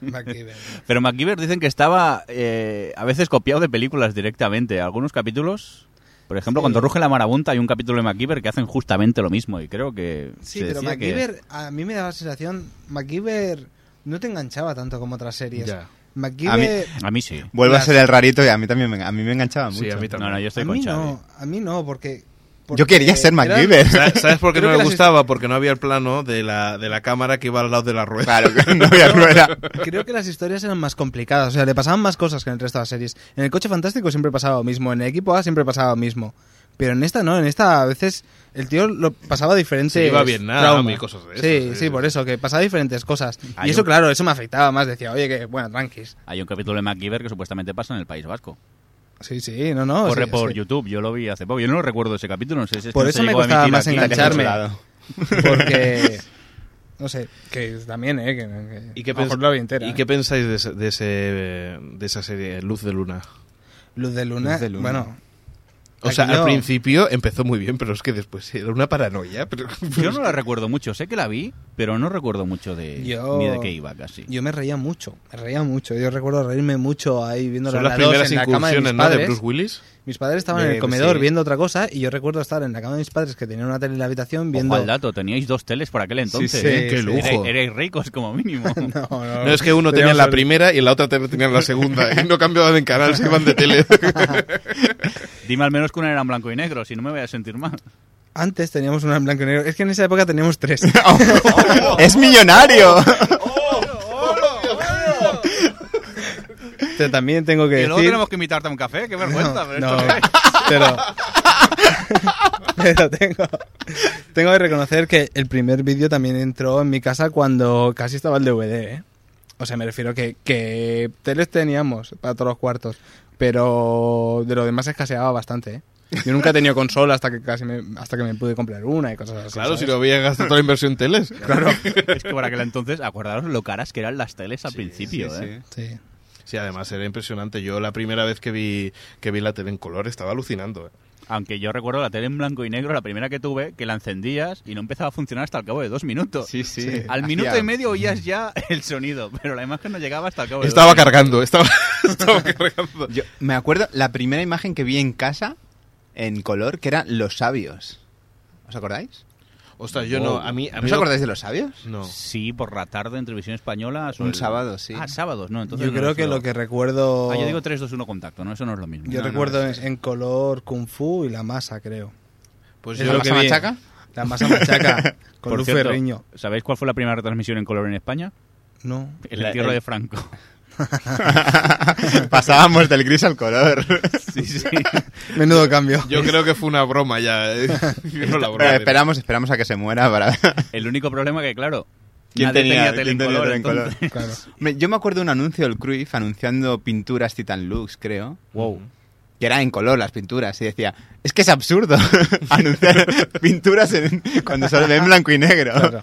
Speaker 2: MacGyver.
Speaker 3: Pero MacGyver dicen que estaba eh, a veces copiado de películas directamente. Algunos capítulos, por ejemplo,
Speaker 2: Sí.
Speaker 3: cuando ruge la marabunta hay un capítulo de MacGyver que hacen justamente lo mismo y creo que...
Speaker 2: Sí,
Speaker 3: se
Speaker 2: pero
Speaker 3: decía que-
Speaker 2: MacGyver, a mí me daba la sensación, MacGyver no te enganchaba tanto como otras series.
Speaker 1: Ya.
Speaker 2: MacGyver-
Speaker 4: A mí-
Speaker 3: A mí sí.
Speaker 4: Vuelvo
Speaker 2: Las-
Speaker 4: a ser el rarito y a mí también me, a mí me enganchaba mucho.
Speaker 1: Sí, a mí también.
Speaker 3: No, no, yo estoy
Speaker 2: a
Speaker 3: con
Speaker 2: mí
Speaker 3: Xavi.
Speaker 2: no, a mí no, porque...
Speaker 4: Yo quería ser
Speaker 2: eran-
Speaker 4: MacGyver. (laughs)
Speaker 1: ¿Sabes sabes por qué
Speaker 2: Creo
Speaker 1: no me
Speaker 2: que las-
Speaker 1: gustaba? Porque no había el plano de la, de la cámara que iba al lado de la rueda.
Speaker 4: Claro, que no había rueda.
Speaker 2: Creo que las historias eran más complicadas, o sea, le pasaban más cosas que en el resto de las series. En el Coche Fantástico siempre pasaba lo mismo, en el Equipo A siempre pasaba lo mismo. Pero en esta no, en esta a veces el tío lo pasaba diferentes
Speaker 1: Se iba a Vietnam
Speaker 2: traumas.
Speaker 1: y cosas de esas,
Speaker 2: Sí,
Speaker 1: sí,
Speaker 2: sí,
Speaker 1: sí. Ah,
Speaker 2: por eso, que pasaba diferentes cosas.
Speaker 3: Hay
Speaker 2: y eso,
Speaker 3: un-
Speaker 2: claro, eso me afectaba más. Decía, oye, que bueno, tranquis.
Speaker 3: Hay un capítulo de MacGyver que supuestamente pasa en el País Vasco.
Speaker 2: Sí, sí, no, no.
Speaker 3: Corre
Speaker 2: sí,
Speaker 3: por
Speaker 2: sí.
Speaker 3: YouTube, yo lo vi hace poco. Yo no recuerdo ese capítulo, no sé si es que
Speaker 2: Por
Speaker 3: no
Speaker 2: eso
Speaker 3: se
Speaker 2: me
Speaker 3: llegó a
Speaker 2: costaba
Speaker 3: emitir
Speaker 2: más
Speaker 3: aquí.
Speaker 2: engancharme.
Speaker 4: Chulado. (laughs)
Speaker 2: Porque. No sé, que también, ¿eh? Que, que-
Speaker 1: ¿Y qué,
Speaker 2: a lo mejor
Speaker 1: pens-
Speaker 2: no la vi entera. ¿eh?
Speaker 1: ¿Y qué pensáis de, ese- de ese, de esa serie Luz de Luna?
Speaker 2: Luz de Luna.
Speaker 4: Luz de Luna.
Speaker 2: Bueno.
Speaker 1: O sea,
Speaker 2: aquí
Speaker 1: al
Speaker 2: no-
Speaker 1: principio empezó muy bien, pero es que después era una paranoia. Pero,
Speaker 3: Yo no la recuerdo mucho, sé que la vi, pero no recuerdo mucho de
Speaker 2: Yo-
Speaker 3: ni de qué iba casi.
Speaker 2: Yo me reía mucho, me reía mucho. Yo recuerdo reírme mucho ahí viendo
Speaker 1: Son
Speaker 2: la
Speaker 1: las
Speaker 2: dos
Speaker 1: primeras
Speaker 2: en la cama de mis
Speaker 1: incursiones, ¿no? De
Speaker 2: padres.
Speaker 1: Bruce Willis.
Speaker 2: mis padres estaban en
Speaker 4: Eh,
Speaker 2: el comedor
Speaker 4: sí.
Speaker 2: viendo otra cosa y yo recuerdo estar en la cama de mis padres que tenían una tele en la habitación viendo.
Speaker 3: Ojo al dato, teníais dos teles por aquel entonces.
Speaker 2: sí,
Speaker 3: ¿eh?
Speaker 1: qué
Speaker 2: sí.
Speaker 1: lujo.
Speaker 3: Erais- Erais ricos como mínimo.
Speaker 2: (laughs) (laughs) No, no,
Speaker 1: No es que uno tenía
Speaker 2: Teníamos
Speaker 1: la
Speaker 2: el-
Speaker 1: primera y la otra tenía la segunda. Y no cambiaban de canal, se iban de tele.
Speaker 3: Dime al menos que una era en blanco y negro, si no me voy a sentir mal.
Speaker 2: Antes teníamos una en blanco y negro. Es que en esa época teníamos tres.
Speaker 4: (laughs)
Speaker 1: (laughs)
Speaker 4: ¡Es millonario!
Speaker 2: Te- También tengo que
Speaker 3: Y luego
Speaker 2: decir.
Speaker 3: tenemos que invitarte a un café, qué vergüenza. pero
Speaker 2: (laughs) no,
Speaker 3: esto qué es.
Speaker 2: pero, (laughs) pero tengo, tengo que reconocer que el primer vídeo también entró en mi casa cuando casi estaba el DVD. ¿eh? O sea, me refiero que, que teles teníamos para todos los cuartos, pero de lo demás escaseaba bastante. ¿eh? Yo nunca he tenido consola hasta que casi me, hasta que me pude comprar una y cosas así.
Speaker 1: Claro, si
Speaker 2: ¿sabes?
Speaker 1: no había gastado toda la inversión en teles. Claro.
Speaker 3: (laughs) Es que por aquel entonces, acordaros lo caras que eran las teles al principio.
Speaker 4: sí,
Speaker 3: ¿eh?
Speaker 2: Sí.
Speaker 1: Sí, además era impresionante. Yo la primera vez que vi, que vi la tele en color estaba alucinando. ¿eh?
Speaker 3: Aunque yo recuerdo la tele en blanco y negro, la primera que tuve, que la encendías y no empezaba a funcionar hasta el cabo de dos minutos.
Speaker 4: Sí, sí.
Speaker 3: Al minuto
Speaker 4: Hacía-
Speaker 3: y medio oías ya (laughs) el sonido, pero la imagen no llegaba hasta el cabo de
Speaker 1: Estaba
Speaker 3: dos minutos.
Speaker 1: cargando, estaba, (laughs) estaba cargando.
Speaker 4: Yo me acuerdo la primera imagen que vi en casa, en color, que era Los Sabios. ¿Os acordáis?
Speaker 1: Ostras, yo no.
Speaker 4: Wow.
Speaker 1: A mí, a
Speaker 4: ¿No
Speaker 1: mí
Speaker 4: os
Speaker 1: lo-
Speaker 4: acordáis de Los Sabios?
Speaker 1: No.
Speaker 3: Sí, por la tarde en televisión española.
Speaker 4: Un
Speaker 3: sobre-
Speaker 4: sábado, sí.
Speaker 3: Ah, sábados, no. Entonces
Speaker 2: Yo
Speaker 3: no
Speaker 2: creo
Speaker 3: es
Speaker 2: que lo que recuerdo.
Speaker 3: Ah, yo digo 3-2-1 contacto, ¿no? Eso no es lo mismo.
Speaker 2: yo
Speaker 4: no, no,
Speaker 2: recuerdo
Speaker 4: es-
Speaker 2: en color Kung Fu y la masa, creo.
Speaker 1: Pues
Speaker 2: Es
Speaker 1: yo
Speaker 2: lo
Speaker 1: lo
Speaker 2: que
Speaker 1: que
Speaker 2: vi.
Speaker 4: machaca?
Speaker 2: La masa machaca con
Speaker 3: Por
Speaker 2: Luz
Speaker 3: cierto,
Speaker 2: Ferriño.
Speaker 3: ¿Sabéis cuál fue la primera retransmisión en color en España?
Speaker 2: No.
Speaker 3: El
Speaker 4: La-
Speaker 3: entierro
Speaker 4: el-
Speaker 3: de Franco.
Speaker 4: (laughs) Pasábamos del gris al color.
Speaker 3: Sí, sí.
Speaker 2: Menudo cambio.
Speaker 1: Yo creo que fue una broma ya. eh. Yo no la broma
Speaker 4: Pero
Speaker 1: era.
Speaker 4: esperamos, esperamos a que se muera para...
Speaker 3: El único problema que, claro,
Speaker 4: ¿Quién
Speaker 3: nadie
Speaker 4: tenía-
Speaker 3: tele
Speaker 4: quién
Speaker 3: en
Speaker 4: tenía
Speaker 3: color,
Speaker 4: tele en color?
Speaker 3: entonces.
Speaker 2: Claro.
Speaker 4: Me- Yo me acuerdo de un anuncio del Cruyff anunciando pinturas Titan Lux, creo.
Speaker 3: Wow.
Speaker 4: Que era en color las pinturas. Y decía, es que es absurdo (laughs) anunciar (laughs) pinturas en- cuando solo ven blanco y negro.
Speaker 2: Claro.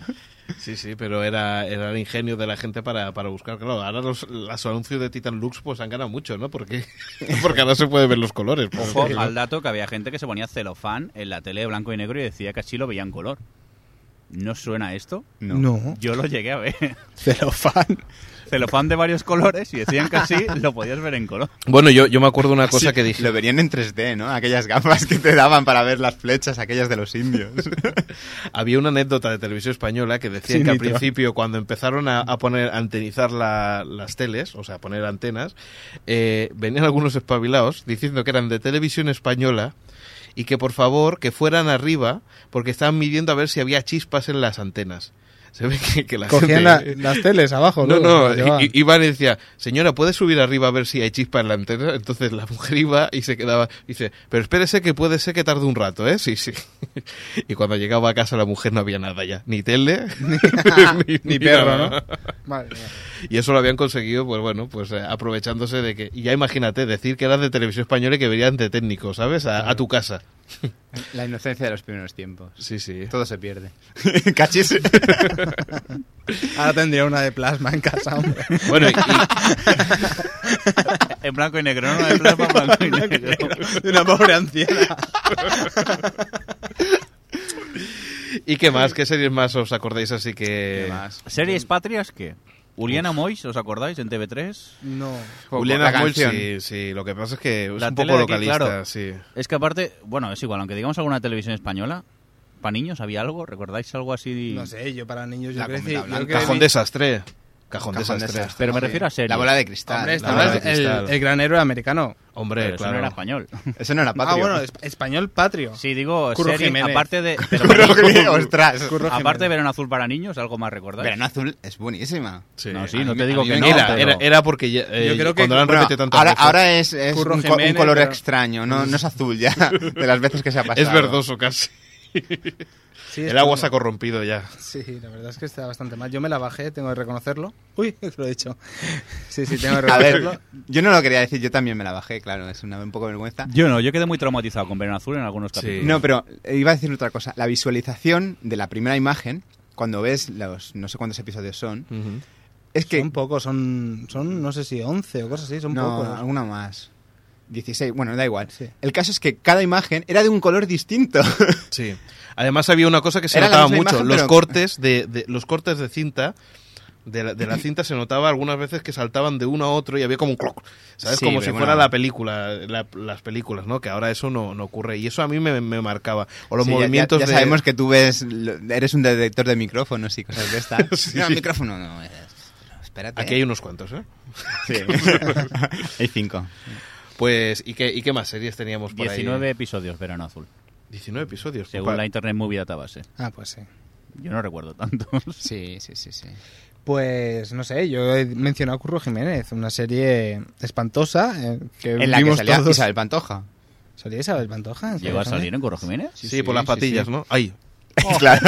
Speaker 1: Sí, sí, pero era, era el ingenio de la gente para, para buscar. Claro, ahora los, los anuncios de Titan Lux pues han ganado mucho, ¿no? Porque, (laughs) porque ahora se puede ver los colores. pues, (laughs)
Speaker 3: Ojo
Speaker 1: sí, ¿no?
Speaker 3: al dato que había gente que se ponía celofán en la tele de blanco y negro y decía que así lo veía en color. ¿No suena esto?
Speaker 2: No.
Speaker 3: Yo lo llegué a ver. (laughs)
Speaker 2: Cero fan.
Speaker 3: Celofán de varios colores y decían que así lo podías ver en color.
Speaker 1: Bueno, yo, yo me acuerdo una cosa
Speaker 4: Sí,
Speaker 1: que dije.
Speaker 4: Lo verían en 3D, ¿no? Aquellas gafas que te daban para ver las flechas, aquellas de los indios.
Speaker 1: Había una anécdota de televisión española que decía
Speaker 2: Sí,
Speaker 1: que al
Speaker 2: mito.
Speaker 1: principio, cuando empezaron a, a poner a antenizar la- las teles, o sea, a poner antenas, eh, venían algunos espabilados diciendo que eran de televisión española y que por favor que fueran arriba porque estaban midiendo a ver si había chispas en las antenas. Se ve que, que la gente-
Speaker 2: Cogían la- las teles abajo.
Speaker 1: No,
Speaker 2: luego,
Speaker 1: no,
Speaker 2: las llevaban.
Speaker 1: i- i- iban y decía, señora, ¿puede subir arriba a ver si hay chispa en la antena? Entonces la mujer iba y se quedaba, dice, pero espérese que puede ser que tarde un rato, ¿eh? Sí, (laughs) sí. Y cuando llegaba a casa la mujer no había nada ya, ni tele, (laughs) ni,
Speaker 2: Ni perro, ¿no?
Speaker 1: nada.
Speaker 2: Madre mía.
Speaker 1: Y eso lo habían conseguido, pues bueno, pues eh, aprovechándose de que, y ya imagínate, decir que eras de televisión española y que verían de técnico, ¿sabes? A, a tu casa.
Speaker 4: La inocencia de los primeros tiempos.
Speaker 1: Sí, sí.
Speaker 4: Todo se pierde. Cachis.
Speaker 2: Ahora tendría una de plasma en casa, hombre.
Speaker 1: Bueno, y,
Speaker 3: En blanco y negro, no, en blanco, blanco y negro.
Speaker 2: De una pobre anciana.
Speaker 1: y- y qué más? ¿Qué series más os acordáis así que...?
Speaker 3: ¿Series patrias qué? Juliana Mois, ¿os acordáis? En TV3.
Speaker 2: No.
Speaker 1: Juliana
Speaker 4: La
Speaker 1: Moll,
Speaker 4: canción.
Speaker 1: sí, sí, lo que pasa es que es
Speaker 3: La
Speaker 1: un
Speaker 3: tele
Speaker 1: poco
Speaker 3: de aquí,
Speaker 1: localista,
Speaker 3: claro.
Speaker 1: sí.
Speaker 3: Es que aparte, bueno, es igual, aunque digamos alguna televisión española, ¿para niños había algo? ¿Recordáis algo así?
Speaker 2: No sé, yo para niños yo
Speaker 4: La
Speaker 2: crecí.
Speaker 4: cometa
Speaker 2: yo
Speaker 4: blanca.
Speaker 2: crecí-
Speaker 1: Cajón desastre. Cajón,
Speaker 4: Cajón
Speaker 1: desastre.
Speaker 4: desastre.
Speaker 3: Pero me
Speaker 4: Sí.
Speaker 3: refiero a series.
Speaker 4: La bola de cristal.
Speaker 2: Hombre,
Speaker 1: la
Speaker 2: estaba
Speaker 1: bola de
Speaker 2: el,
Speaker 1: cristal.
Speaker 2: el gran héroe americano.
Speaker 1: Hombre,
Speaker 3: Pero eso
Speaker 1: claro.
Speaker 3: no era español.
Speaker 4: Eso no era patrio.
Speaker 2: Ah, bueno, es- español patrio.
Speaker 3: Sí, digo,
Speaker 2: Curro
Speaker 3: serie,
Speaker 2: Jiménez.
Speaker 3: aparte de... pero-
Speaker 4: (laughs) Pero que- ostras.
Speaker 2: Curro
Speaker 3: aparte de
Speaker 2: Jiménez.
Speaker 3: Verano Azul para niños, ¿algo más recordáis?
Speaker 4: Verano Azul es buenísima.
Speaker 1: Sí. Ah,
Speaker 3: No,
Speaker 4: A
Speaker 3: sí, no
Speaker 4: mí
Speaker 3: te
Speaker 4: me-
Speaker 3: digo
Speaker 4: a mí
Speaker 3: que
Speaker 4: me
Speaker 3: no.
Speaker 1: Era,
Speaker 4: encanta.
Speaker 3: pero-
Speaker 1: era, era porque ya, eh,
Speaker 2: Yo creo que-
Speaker 1: cuando lo han
Speaker 4: Bueno,
Speaker 1: repetido tantas
Speaker 4: ahora,
Speaker 1: veces.
Speaker 4: ahora es, es un,
Speaker 2: Curro
Speaker 4: co- un
Speaker 2: Jiménez,
Speaker 4: color
Speaker 2: pero-
Speaker 4: extraño, no, no es
Speaker 2: (laughs)
Speaker 4: azul ya, de las veces que se ha pasado.
Speaker 1: es verdoso casi.
Speaker 2: Sí, es
Speaker 1: El agua
Speaker 2: curro.
Speaker 1: se ha corrompido ya.
Speaker 2: Sí, la verdad es que está bastante mal. Yo me la bajé, tengo que reconocerlo. Uy, (laughs) lo he hecho. Sí, sí, tengo que
Speaker 4: A
Speaker 2: reconocerlo.
Speaker 4: ver, yo no lo quería decir, yo también me la bajé, claro, es una un poco vergüenza.
Speaker 3: Yo no, yo quedé muy traumatizado con Verano Azul en algunos
Speaker 1: Sí.
Speaker 3: capítulos.
Speaker 4: No, pero eh, iba a decir otra cosa. La visualización de la primera imagen, cuando ves los no sé cuántos episodios son, es que
Speaker 2: Son pocos, son, son, no sé si 11 o cosas así, son
Speaker 4: no,
Speaker 2: pocos.
Speaker 4: alguna más. 16, bueno, da igual.
Speaker 2: Sí.
Speaker 4: El caso es que cada imagen era de un color distinto.
Speaker 1: Sí. Además había una cosa que se
Speaker 4: Era la
Speaker 1: notaba
Speaker 4: misma
Speaker 1: mucho,
Speaker 4: imagen,
Speaker 1: los
Speaker 4: pero-
Speaker 1: cortes de, de- los cortes de cinta de la, de la cinta se notaba algunas veces que saltaban de uno a otro y había como un cloc, ¿sabes?
Speaker 4: Sí,
Speaker 1: como
Speaker 4: pero
Speaker 1: si
Speaker 4: bueno.
Speaker 1: fuera la película, la- las películas, ¿no? Que ahora eso no, no ocurre y eso a mí me, me marcaba. O los
Speaker 4: Sí, ya- ya-
Speaker 1: movimientos
Speaker 4: ya,
Speaker 1: de...
Speaker 4: sabemos que tú ves, lo- eres un detector de micrófonos y cosas de estas.
Speaker 1: (laughs) Sí.
Speaker 4: No, micrófono no, eh, espérate.
Speaker 1: Aquí hay unos cuantos, ¿eh?
Speaker 4: Sí. (laughs) hay cinco.
Speaker 1: Pues, ¿y qué, y qué más series teníamos por
Speaker 3: 19
Speaker 1: ahí?
Speaker 3: episodios Verano Azul,
Speaker 1: 19 episodios.
Speaker 3: según
Speaker 1: Pa-
Speaker 3: la Internet Movie Database.
Speaker 2: Ah, pues sí.
Speaker 3: Yo no recuerdo tantos.
Speaker 4: Sí, sí, sí, sí.
Speaker 2: Pues no sé, yo he mencionado a Curro Jiménez, una serie espantosa eh, que
Speaker 4: En la que
Speaker 2: vimos
Speaker 4: salía
Speaker 2: todos.
Speaker 4: Isabel Pantoja.
Speaker 2: ¿Salía Isabel Pantoja? ¿En serio
Speaker 3: ¿Llegó a
Speaker 2: también?
Speaker 3: salir en Corro Jiménez?
Speaker 1: Sí,
Speaker 4: Sí,
Speaker 1: por las
Speaker 4: sí,
Speaker 1: patillas,
Speaker 4: sí.
Speaker 1: ¿no? Ay,
Speaker 4: Claro.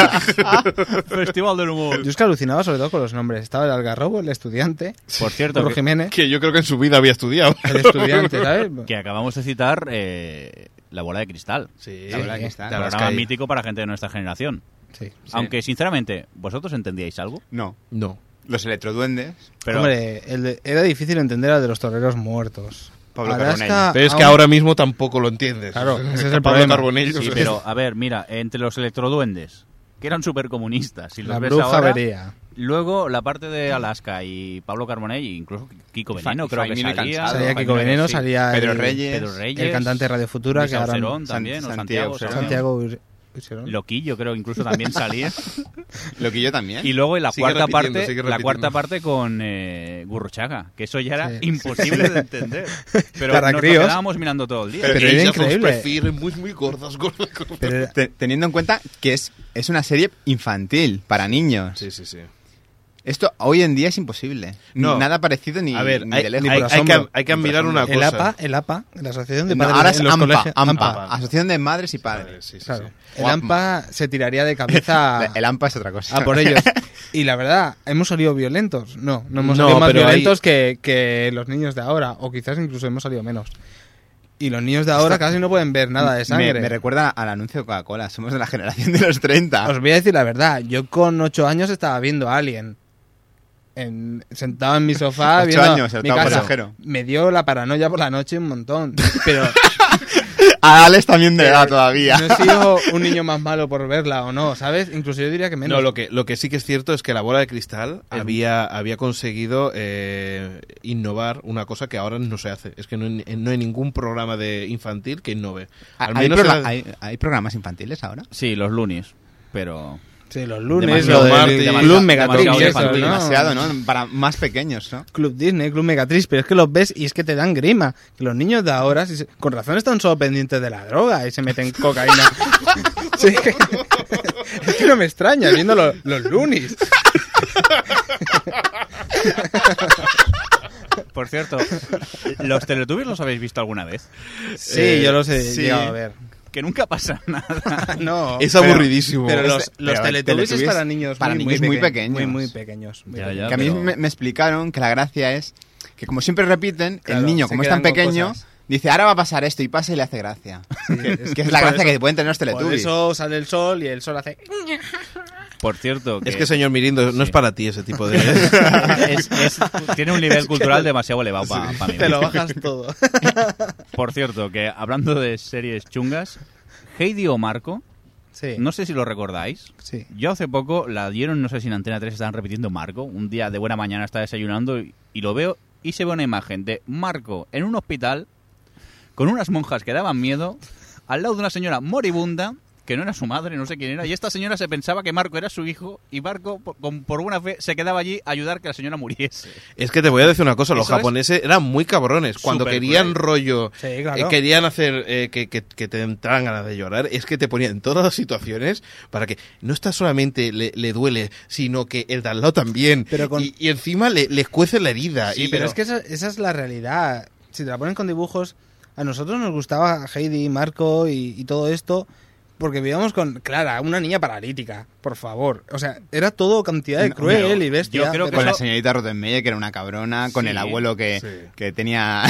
Speaker 3: Festival del Humor.
Speaker 2: Yo es que alucinaba sobre todo con los nombres. Estaba el algarrobo, el estudiante,
Speaker 3: Por cierto,
Speaker 2: Curro
Speaker 3: que,
Speaker 2: Jiménez,
Speaker 1: que yo creo que en su vida había estudiado.
Speaker 2: el estudiante, ¿sabes?
Speaker 3: (laughs) que acabamos de citar eh, La Bola de Cristal.
Speaker 1: (laughs) Sí,
Speaker 4: La verdad Ah, que está.
Speaker 1: Te habrás
Speaker 3: programa
Speaker 1: caído.
Speaker 3: mítico para gente de nuestra generación.
Speaker 2: Sí.
Speaker 3: Aunque, sinceramente, ¿vosotros entendíais algo?
Speaker 4: No,
Speaker 1: No.
Speaker 4: los electroduendes.
Speaker 3: Pero
Speaker 2: Hombre, el de- era difícil entender al de los toreros muertos.
Speaker 4: Pablo
Speaker 2: Alaska
Speaker 4: Carbonell.
Speaker 1: Pero es que
Speaker 2: aún-
Speaker 1: ahora mismo tampoco lo entiendes.
Speaker 2: Ah, Claro,
Speaker 1: (laughs)
Speaker 2: ese es el
Speaker 1: Pablo
Speaker 2: problema.
Speaker 1: Carbonell, o
Speaker 3: Sí,
Speaker 1: sea, (laughs)
Speaker 3: pero a ver, mira, entre los electroduendes, que eran supercomunistas, si los
Speaker 2: la
Speaker 3: ves
Speaker 2: bruja
Speaker 3: ahora,
Speaker 2: vería.
Speaker 3: luego la parte de Alaska y Pablo Carbonell, e incluso Kiko
Speaker 4: Y Fa-
Speaker 3: Veneno,
Speaker 4: y
Speaker 3: creo que
Speaker 4: Faimino
Speaker 3: salía.
Speaker 4: Cansado.
Speaker 2: Salía
Speaker 4: Jaime
Speaker 2: Kiko Veneno,
Speaker 4: sí.
Speaker 2: salía
Speaker 4: Pedro
Speaker 2: el,
Speaker 4: Reyes.
Speaker 3: Pedro Reyes,
Speaker 2: el cantante de Radio Futura,
Speaker 3: Luis
Speaker 2: que ahora
Speaker 3: Aucerón
Speaker 4: San-
Speaker 3: también, o
Speaker 4: Santiago
Speaker 3: Santiago,
Speaker 4: Aucerón.
Speaker 3: Aucerón.
Speaker 2: Santiago Ur- Urserón.
Speaker 3: Loquillo creo incluso también salía
Speaker 4: Lo que yo también.
Speaker 3: y luego en la
Speaker 1: ¿Eh? Sigue
Speaker 3: cuarta
Speaker 1: repitiendo,
Speaker 3: parte
Speaker 1: sigue
Speaker 3: la
Speaker 1: repitiendo.
Speaker 3: cuarta parte con eh, Gurruchaga que eso ya era
Speaker 2: Sí.
Speaker 3: imposible
Speaker 1: (laughs)
Speaker 3: de entender pero
Speaker 2: Para
Speaker 3: nos lo
Speaker 2: críos.
Speaker 3: quedábamos mirando todo el día
Speaker 2: Pero
Speaker 1: ellas
Speaker 2: era
Speaker 1: os
Speaker 2: increíble.
Speaker 1: prefieren muy, muy gordas, gordas, gordas.
Speaker 2: Pero era-
Speaker 4: Te- teniendo en cuenta que es, es una serie infantil, para niños.
Speaker 1: Sí, sí, sí.
Speaker 4: Esto hoy en día es imposible.
Speaker 1: No.
Speaker 4: Nada parecido ni,
Speaker 1: A ver,
Speaker 4: ni
Speaker 1: hay,
Speaker 4: de lejos.
Speaker 1: hay-
Speaker 2: por
Speaker 1: hay que,
Speaker 2: asombro.
Speaker 1: hay que
Speaker 4: Ni por
Speaker 1: admirar una cosa.
Speaker 2: el APA, el APA, la Asociación de
Speaker 4: No,
Speaker 2: Padres
Speaker 4: ahora
Speaker 2: en
Speaker 4: es
Speaker 2: los
Speaker 4: AMPA,
Speaker 2: colegios-
Speaker 4: AMPA,
Speaker 1: AMPA.
Speaker 4: Asociación de Madres y Padres.
Speaker 1: Sí, sí, sí.
Speaker 2: Claro. El
Speaker 4: Guapma.
Speaker 2: AMPA se tiraría de cabeza
Speaker 4: (laughs) El AMPA es otra cosa.
Speaker 2: a por
Speaker 4: (laughs)
Speaker 2: ellos. Y la verdad, ¿hemos salido violentos? No, no hemos
Speaker 1: No,
Speaker 2: salido más
Speaker 1: pero
Speaker 2: violentos que, que los niños de ahora, o quizás incluso hemos salido menos. Y los niños de ahora casi no pueden ver nada de
Speaker 4: me,
Speaker 2: sangre.
Speaker 4: me recuerda al anuncio de Coca-Cola. Somos de la generación de los 30.
Speaker 2: Os voy a decir la verdad, yo con 8 años estaba viendo a Alien. En- sentado en mi sofá
Speaker 4: (laughs) Ocho
Speaker 2: viendo
Speaker 4: años, el
Speaker 2: mi
Speaker 4: octavo
Speaker 2: casa.
Speaker 4: pasajero.
Speaker 2: Me dio la paranoia por la noche un montón, pero
Speaker 4: A Alex también de edad todavía.
Speaker 2: no he sido un niño más malo por verla o no, ¿sabes? Incluso yo diría que menos.
Speaker 1: No,
Speaker 2: Em.
Speaker 1: lo que, lo que sí que es cierto es que la bola de cristal había, había conseguido eh, innovar una cosa que ahora no se hace. Es que no hay, eh, no hay ningún programa de infantil que innove.
Speaker 2: Ah,
Speaker 1: Al
Speaker 4: ¿Hay,
Speaker 1: menos
Speaker 4: progra-
Speaker 1: era-
Speaker 4: hay- hay programas infantiles ahora?
Speaker 3: sí los lunes pero
Speaker 2: Sí, los lunes,
Speaker 3: Demasiado
Speaker 2: lo del
Speaker 1: Marte,
Speaker 2: Club
Speaker 1: demasiado-
Speaker 2: Megatrix,
Speaker 3: demasiado
Speaker 2: eso,
Speaker 3: infantil,
Speaker 2: ¿no?
Speaker 4: Demasiado, ¿no? Para más pequeños, ¿no?
Speaker 2: Club Disney, Club Megatrix, pero es que los ves y es que te dan grima. Que los niños de ahora, si se- con razón, están solo pendientes de la droga y
Speaker 3: (laughs)
Speaker 2: se meten cocaína. Sí, es, que, es que no me extraña, viendo lo- los lunis.
Speaker 1: (laughs)
Speaker 3: por cierto los Teletubbies los habéis visto alguna vez
Speaker 2: Sí,
Speaker 1: Eh,
Speaker 2: yo los he
Speaker 4: sí.
Speaker 2: llegado a ver.
Speaker 3: que nunca pasa nada
Speaker 1: (laughs)
Speaker 2: No,
Speaker 1: Es
Speaker 4: Pero-
Speaker 1: aburridísimo.
Speaker 2: pero los,
Speaker 4: este-
Speaker 2: los
Speaker 4: pero
Speaker 2: Teletubbies es
Speaker 4: Teletubbies
Speaker 2: para niños,
Speaker 4: para
Speaker 2: muy,
Speaker 4: niños
Speaker 2: muy,
Speaker 4: muy
Speaker 2: peque-
Speaker 4: pequeños.
Speaker 2: Muy, muy pequeños. muy
Speaker 3: Ya,
Speaker 2: pequeños.
Speaker 3: ya.
Speaker 4: que a mí
Speaker 3: pero-
Speaker 4: me, me explicaron que la gracia es que como siempre repiten,
Speaker 2: Claro,
Speaker 4: el niño,
Speaker 2: se
Speaker 4: como es
Speaker 2: quedan
Speaker 4: tan
Speaker 2: con
Speaker 4: pequeño,
Speaker 2: cosas.
Speaker 4: dice, ahora va a pasar esto, y pasa y le
Speaker 2: (laughs)
Speaker 4: hace gracia. que, que (laughs) es la
Speaker 2: por
Speaker 4: gracia
Speaker 2: eso-
Speaker 4: que pueden tener los
Speaker 2: Por
Speaker 4: teletubbies.
Speaker 2: eso sale el sol y el sol hace...
Speaker 3: por cierto
Speaker 1: Es que, señor Mirindo, no es para ti ese tipo de...
Speaker 2: (laughs)
Speaker 1: (laughs)
Speaker 3: es- es- tiene un nivel cultural demasiado elevado para mí
Speaker 2: Te lo bajas todo.
Speaker 3: por cierto que hablando de series chungas Heidi o Marco
Speaker 2: Sí.
Speaker 3: no sé si lo recordáis
Speaker 2: Sí.
Speaker 3: Yo hace poco la dieron, no sé si en Antena 3 estaban repitiendo Marco. Un día de buena mañana está desayunando y, y lo veo y se ve una imagen de Marco en un hospital con unas monjas que daban miedo, al lado de una señora moribunda que no era su madre, no sé quién era, y esta señora se pensaba que Marco era su hijo y Marco, por, con- por buena fe, se quedaba allí a ayudar que la señora muriese.
Speaker 1: Es que te voy a decir una cosa, los
Speaker 3: Eso es
Speaker 1: japoneses eran muy cabrones. Cuando
Speaker 3: Súper
Speaker 1: querían
Speaker 3: cruel.
Speaker 1: rollo,
Speaker 2: Sí, claro.
Speaker 1: eh, querían hacer eh, que, que- que te entraran ganas de llorar, es que te ponían en todas las situaciones para que no está solamente le, le duele, sino que el de al lado también.
Speaker 2: Pero con-
Speaker 1: y, y encima le, les cuece la herida.
Speaker 2: Sí,
Speaker 1: y-
Speaker 2: pero es que esa, esa es la realidad. Si te la ponen con dibujos, a nosotros nos gustaba Heidi, Marco y, y todo esto, porque vivíamos con Clara, una niña paralítica, por favor. O sea, era todo cantidad de
Speaker 4: No,
Speaker 2: cruel
Speaker 4: pero
Speaker 2: y bestia.
Speaker 3: yo creo que
Speaker 4: Con la
Speaker 3: eso-
Speaker 4: señorita Rottenmeier, que era una cabrona, con
Speaker 3: Sí,
Speaker 4: el abuelo que,
Speaker 1: sí.
Speaker 4: que tenía...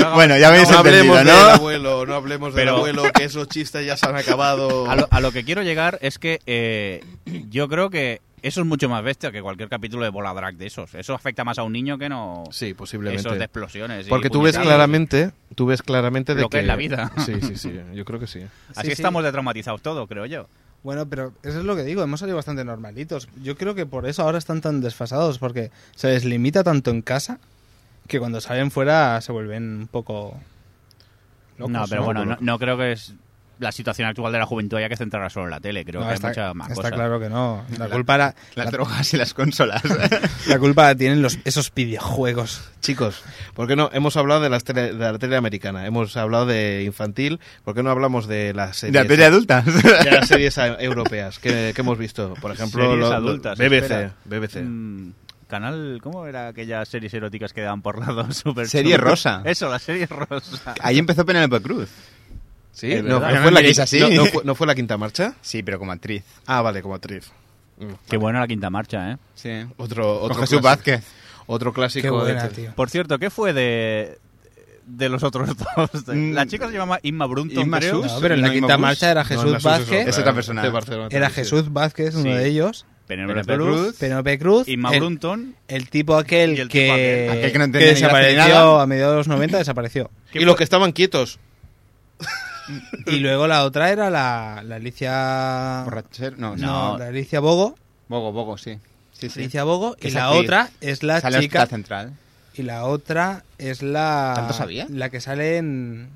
Speaker 3: No,
Speaker 4: bueno, ya habéis
Speaker 1: No hablemos
Speaker 4: entendido,
Speaker 1: del
Speaker 4: ¿no?
Speaker 1: abuelo, no hablemos
Speaker 3: Pero-
Speaker 1: del abuelo, que esos chistes ya se han acabado.
Speaker 3: (laughs) A lo, a lo que quiero llegar es que eh, yo creo que eso es mucho más bestia que cualquier capítulo de Bola Drag de esos. Eso afecta más a un niño que no
Speaker 1: Sí, posiblemente.
Speaker 3: esos de explosiones. y
Speaker 1: Porque tú ves
Speaker 3: puñetazos.
Speaker 1: claramente, tú ves claramente de
Speaker 3: Lo que es la vida.
Speaker 1: (laughs) Sí, sí, sí, yo creo
Speaker 3: (laughs)
Speaker 1: que sí.
Speaker 3: Así
Speaker 2: Sí, sí.
Speaker 3: estamos de traumatizados todos, creo yo.
Speaker 2: Bueno, pero eso es lo que digo, hemos salido bastante normalitos. Yo creo que por eso ahora están tan desfasados, porque se les limita tanto en casa que cuando salen fuera se vuelven un poco... locos,
Speaker 3: no, pero bueno, no,
Speaker 2: No,
Speaker 3: no creo que es la situación actual de la juventud haya que centrarla solo en la tele. Creo que
Speaker 2: está,
Speaker 3: hay muchas más
Speaker 2: está
Speaker 3: cosas.
Speaker 2: claro que no. La culpa, era-
Speaker 4: Las
Speaker 2: la-
Speaker 4: drogas y las consolas.
Speaker 2: la culpa la tienen los, esos videojuegos.
Speaker 1: Chicos, ¿por qué no? Hemos hablado de, las tele- de la tele americana, hemos hablado de infantil, ¿por qué no hablamos de las
Speaker 4: (laughs) De
Speaker 1: series,
Speaker 4: la peli adultas.
Speaker 1: de las series a- europeas que, que hemos visto? Por ejemplo,
Speaker 3: Series
Speaker 1: lo- lo-
Speaker 3: adultas,
Speaker 1: BBC.
Speaker 3: espera.
Speaker 1: BBC.
Speaker 3: Mm, Canal, ¿cómo era aquellas series eróticas que daban por lado? (laughs) Super
Speaker 4: Serie rosa.
Speaker 3: (laughs)
Speaker 4: Ah,
Speaker 3: Eso, la serie rosa.
Speaker 4: Ahí empezó Penélope Cruz.
Speaker 1: ¿Sí?
Speaker 4: Es
Speaker 1: No,
Speaker 4: verdad.
Speaker 1: no
Speaker 4: No
Speaker 1: fue
Speaker 4: me
Speaker 1: la
Speaker 4: miréis
Speaker 1: quinta,
Speaker 4: así.
Speaker 1: no- no fue- no fue la quinta marcha?
Speaker 4: Sí, pero como actriz.
Speaker 1: Ah, vale, como actriz. Mm.
Speaker 3: Qué buena la quinta marcha, ¿eh?
Speaker 4: Sí.
Speaker 1: Otro, otro
Speaker 4: Con Jesús
Speaker 1: clásico-
Speaker 4: Vázquez.
Speaker 1: Otro clásico.
Speaker 2: Qué buena,
Speaker 1: de- este.
Speaker 2: tío.
Speaker 3: Por cierto, ¿qué fue de, de los otros (laughs) dos?
Speaker 4: Mm.
Speaker 3: La chica se llamaba Inma Brunton,
Speaker 4: Inma
Speaker 3: creo.
Speaker 4: Sus.
Speaker 2: No, pero en la
Speaker 4: No,
Speaker 2: quinta
Speaker 4: Imagus.
Speaker 2: marcha era
Speaker 1: No,
Speaker 2: Jesús
Speaker 1: Imagus es
Speaker 2: Vázquez.
Speaker 4: Es otra persona.
Speaker 1: de Barcelona,
Speaker 2: Era
Speaker 1: sí.
Speaker 2: Jesús Vázquez, uno
Speaker 3: Sí.
Speaker 2: de ellos.
Speaker 3: Penélope
Speaker 4: Penélope
Speaker 3: Cruz, Eh,
Speaker 4: Cruz.
Speaker 2: Penélope Cruz.
Speaker 3: Inma
Speaker 2: el,
Speaker 3: Brunton.
Speaker 2: el tipo aquel
Speaker 3: Y el
Speaker 2: que,
Speaker 3: tipo aquel.
Speaker 4: Aquel que no tenía ni gracia ni
Speaker 2: desapareció
Speaker 4: nada.
Speaker 2: a mediados de los 90, desapareció.
Speaker 1: Y los que estaban quietos.
Speaker 2: Y luego la otra era la, la Alicia...
Speaker 4: Borrachero. No,
Speaker 2: No,
Speaker 4: no.
Speaker 2: la Alicia Bogo.
Speaker 4: Bogo, Bogo, sí. Sí, sí.
Speaker 2: Alicia Bogo. y
Speaker 4: Que es
Speaker 2: la
Speaker 4: actriz.
Speaker 2: otra es la
Speaker 4: Sale
Speaker 2: chica...
Speaker 4: Hospital Central.
Speaker 2: Y la otra es la...
Speaker 4: ¿Tanto sabía?
Speaker 2: La que sale en...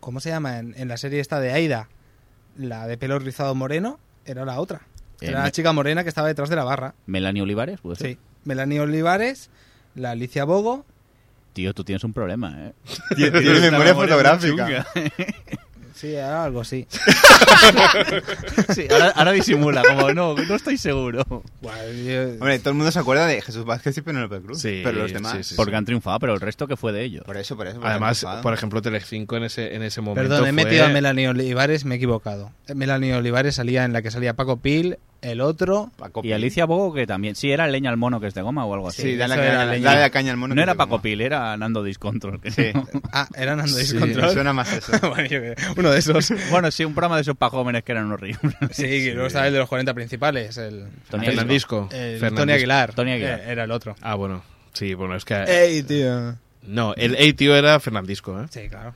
Speaker 2: ¿Cómo se llama? En, en la serie esta de Aida. La de pelo rizado moreno. Era la otra.
Speaker 3: Eh,
Speaker 2: Era la
Speaker 3: me-
Speaker 2: chica morena que estaba detrás de la barra.
Speaker 3: Melanie Olivares, pues.
Speaker 2: Sí. Melanie Olivares, la Alicia Bogo
Speaker 3: Tío, tú tienes un problema, ¿eh?
Speaker 4: Tiene,
Speaker 3: Tienes una
Speaker 4: memoria
Speaker 3: muy
Speaker 4: fotográfica.
Speaker 3: chunga.
Speaker 2: Sí, era algo así.
Speaker 3: sí, ahora, ahora disimula, como no, no estoy seguro.
Speaker 4: Hombre, todo el mundo se acuerda de Jesús Vázquez y Penélope Cruz.
Speaker 1: Sí,
Speaker 4: pero los
Speaker 1: sí,
Speaker 4: demás.
Speaker 1: sí, sí.
Speaker 3: Porque han triunfado, pero el resto que fue de ellos.
Speaker 4: Por eso, por eso. porque
Speaker 1: Además,
Speaker 4: han triunfado.
Speaker 1: por ejemplo, Telecinco en ese, en ese momento
Speaker 2: Perdón,
Speaker 1: fue-
Speaker 2: he metido a Melanie Olivares, me he equivocado. Eh, Melanie Olivares salía en la que salía Paco Pil, el otro.
Speaker 4: Paco
Speaker 3: Y
Speaker 4: Pil.
Speaker 3: Alicia Bogo, que también. Sí, era leña al mono que es de goma o algo así.
Speaker 4: Sí, dale,
Speaker 2: eso
Speaker 4: la
Speaker 2: era
Speaker 4: caña-
Speaker 2: leña.
Speaker 4: dale la caña al mono.
Speaker 3: no
Speaker 4: que
Speaker 3: era
Speaker 4: te
Speaker 3: Paco
Speaker 4: coma.
Speaker 3: Pil, era Nando Discontrol. creo.
Speaker 4: Sí.
Speaker 2: Ah, era Nando
Speaker 1: Sí,
Speaker 2: Discontrol.
Speaker 4: Me Suena más eso.
Speaker 2: (laughs) Bueno, yo qué- Uno de esos. Sí,
Speaker 3: (laughs) Bueno, sí, un programa de esos para jóvenes que eran
Speaker 1: (laughs)
Speaker 3: horribles.
Speaker 2: que luego estaba el de los 40 principales, el,
Speaker 3: Tony
Speaker 1: Fernandisco.
Speaker 2: el
Speaker 1: Fernandisco.
Speaker 2: Tony Eh, Aguilar.
Speaker 3: Tony Aguilar.
Speaker 2: Eh, era el otro.
Speaker 1: Ah, bueno. Sí, bueno, es que...
Speaker 2: ¡Ey, tío!
Speaker 1: No, el Ey tío era Fernandisco, ¿eh?
Speaker 2: Sí, claro.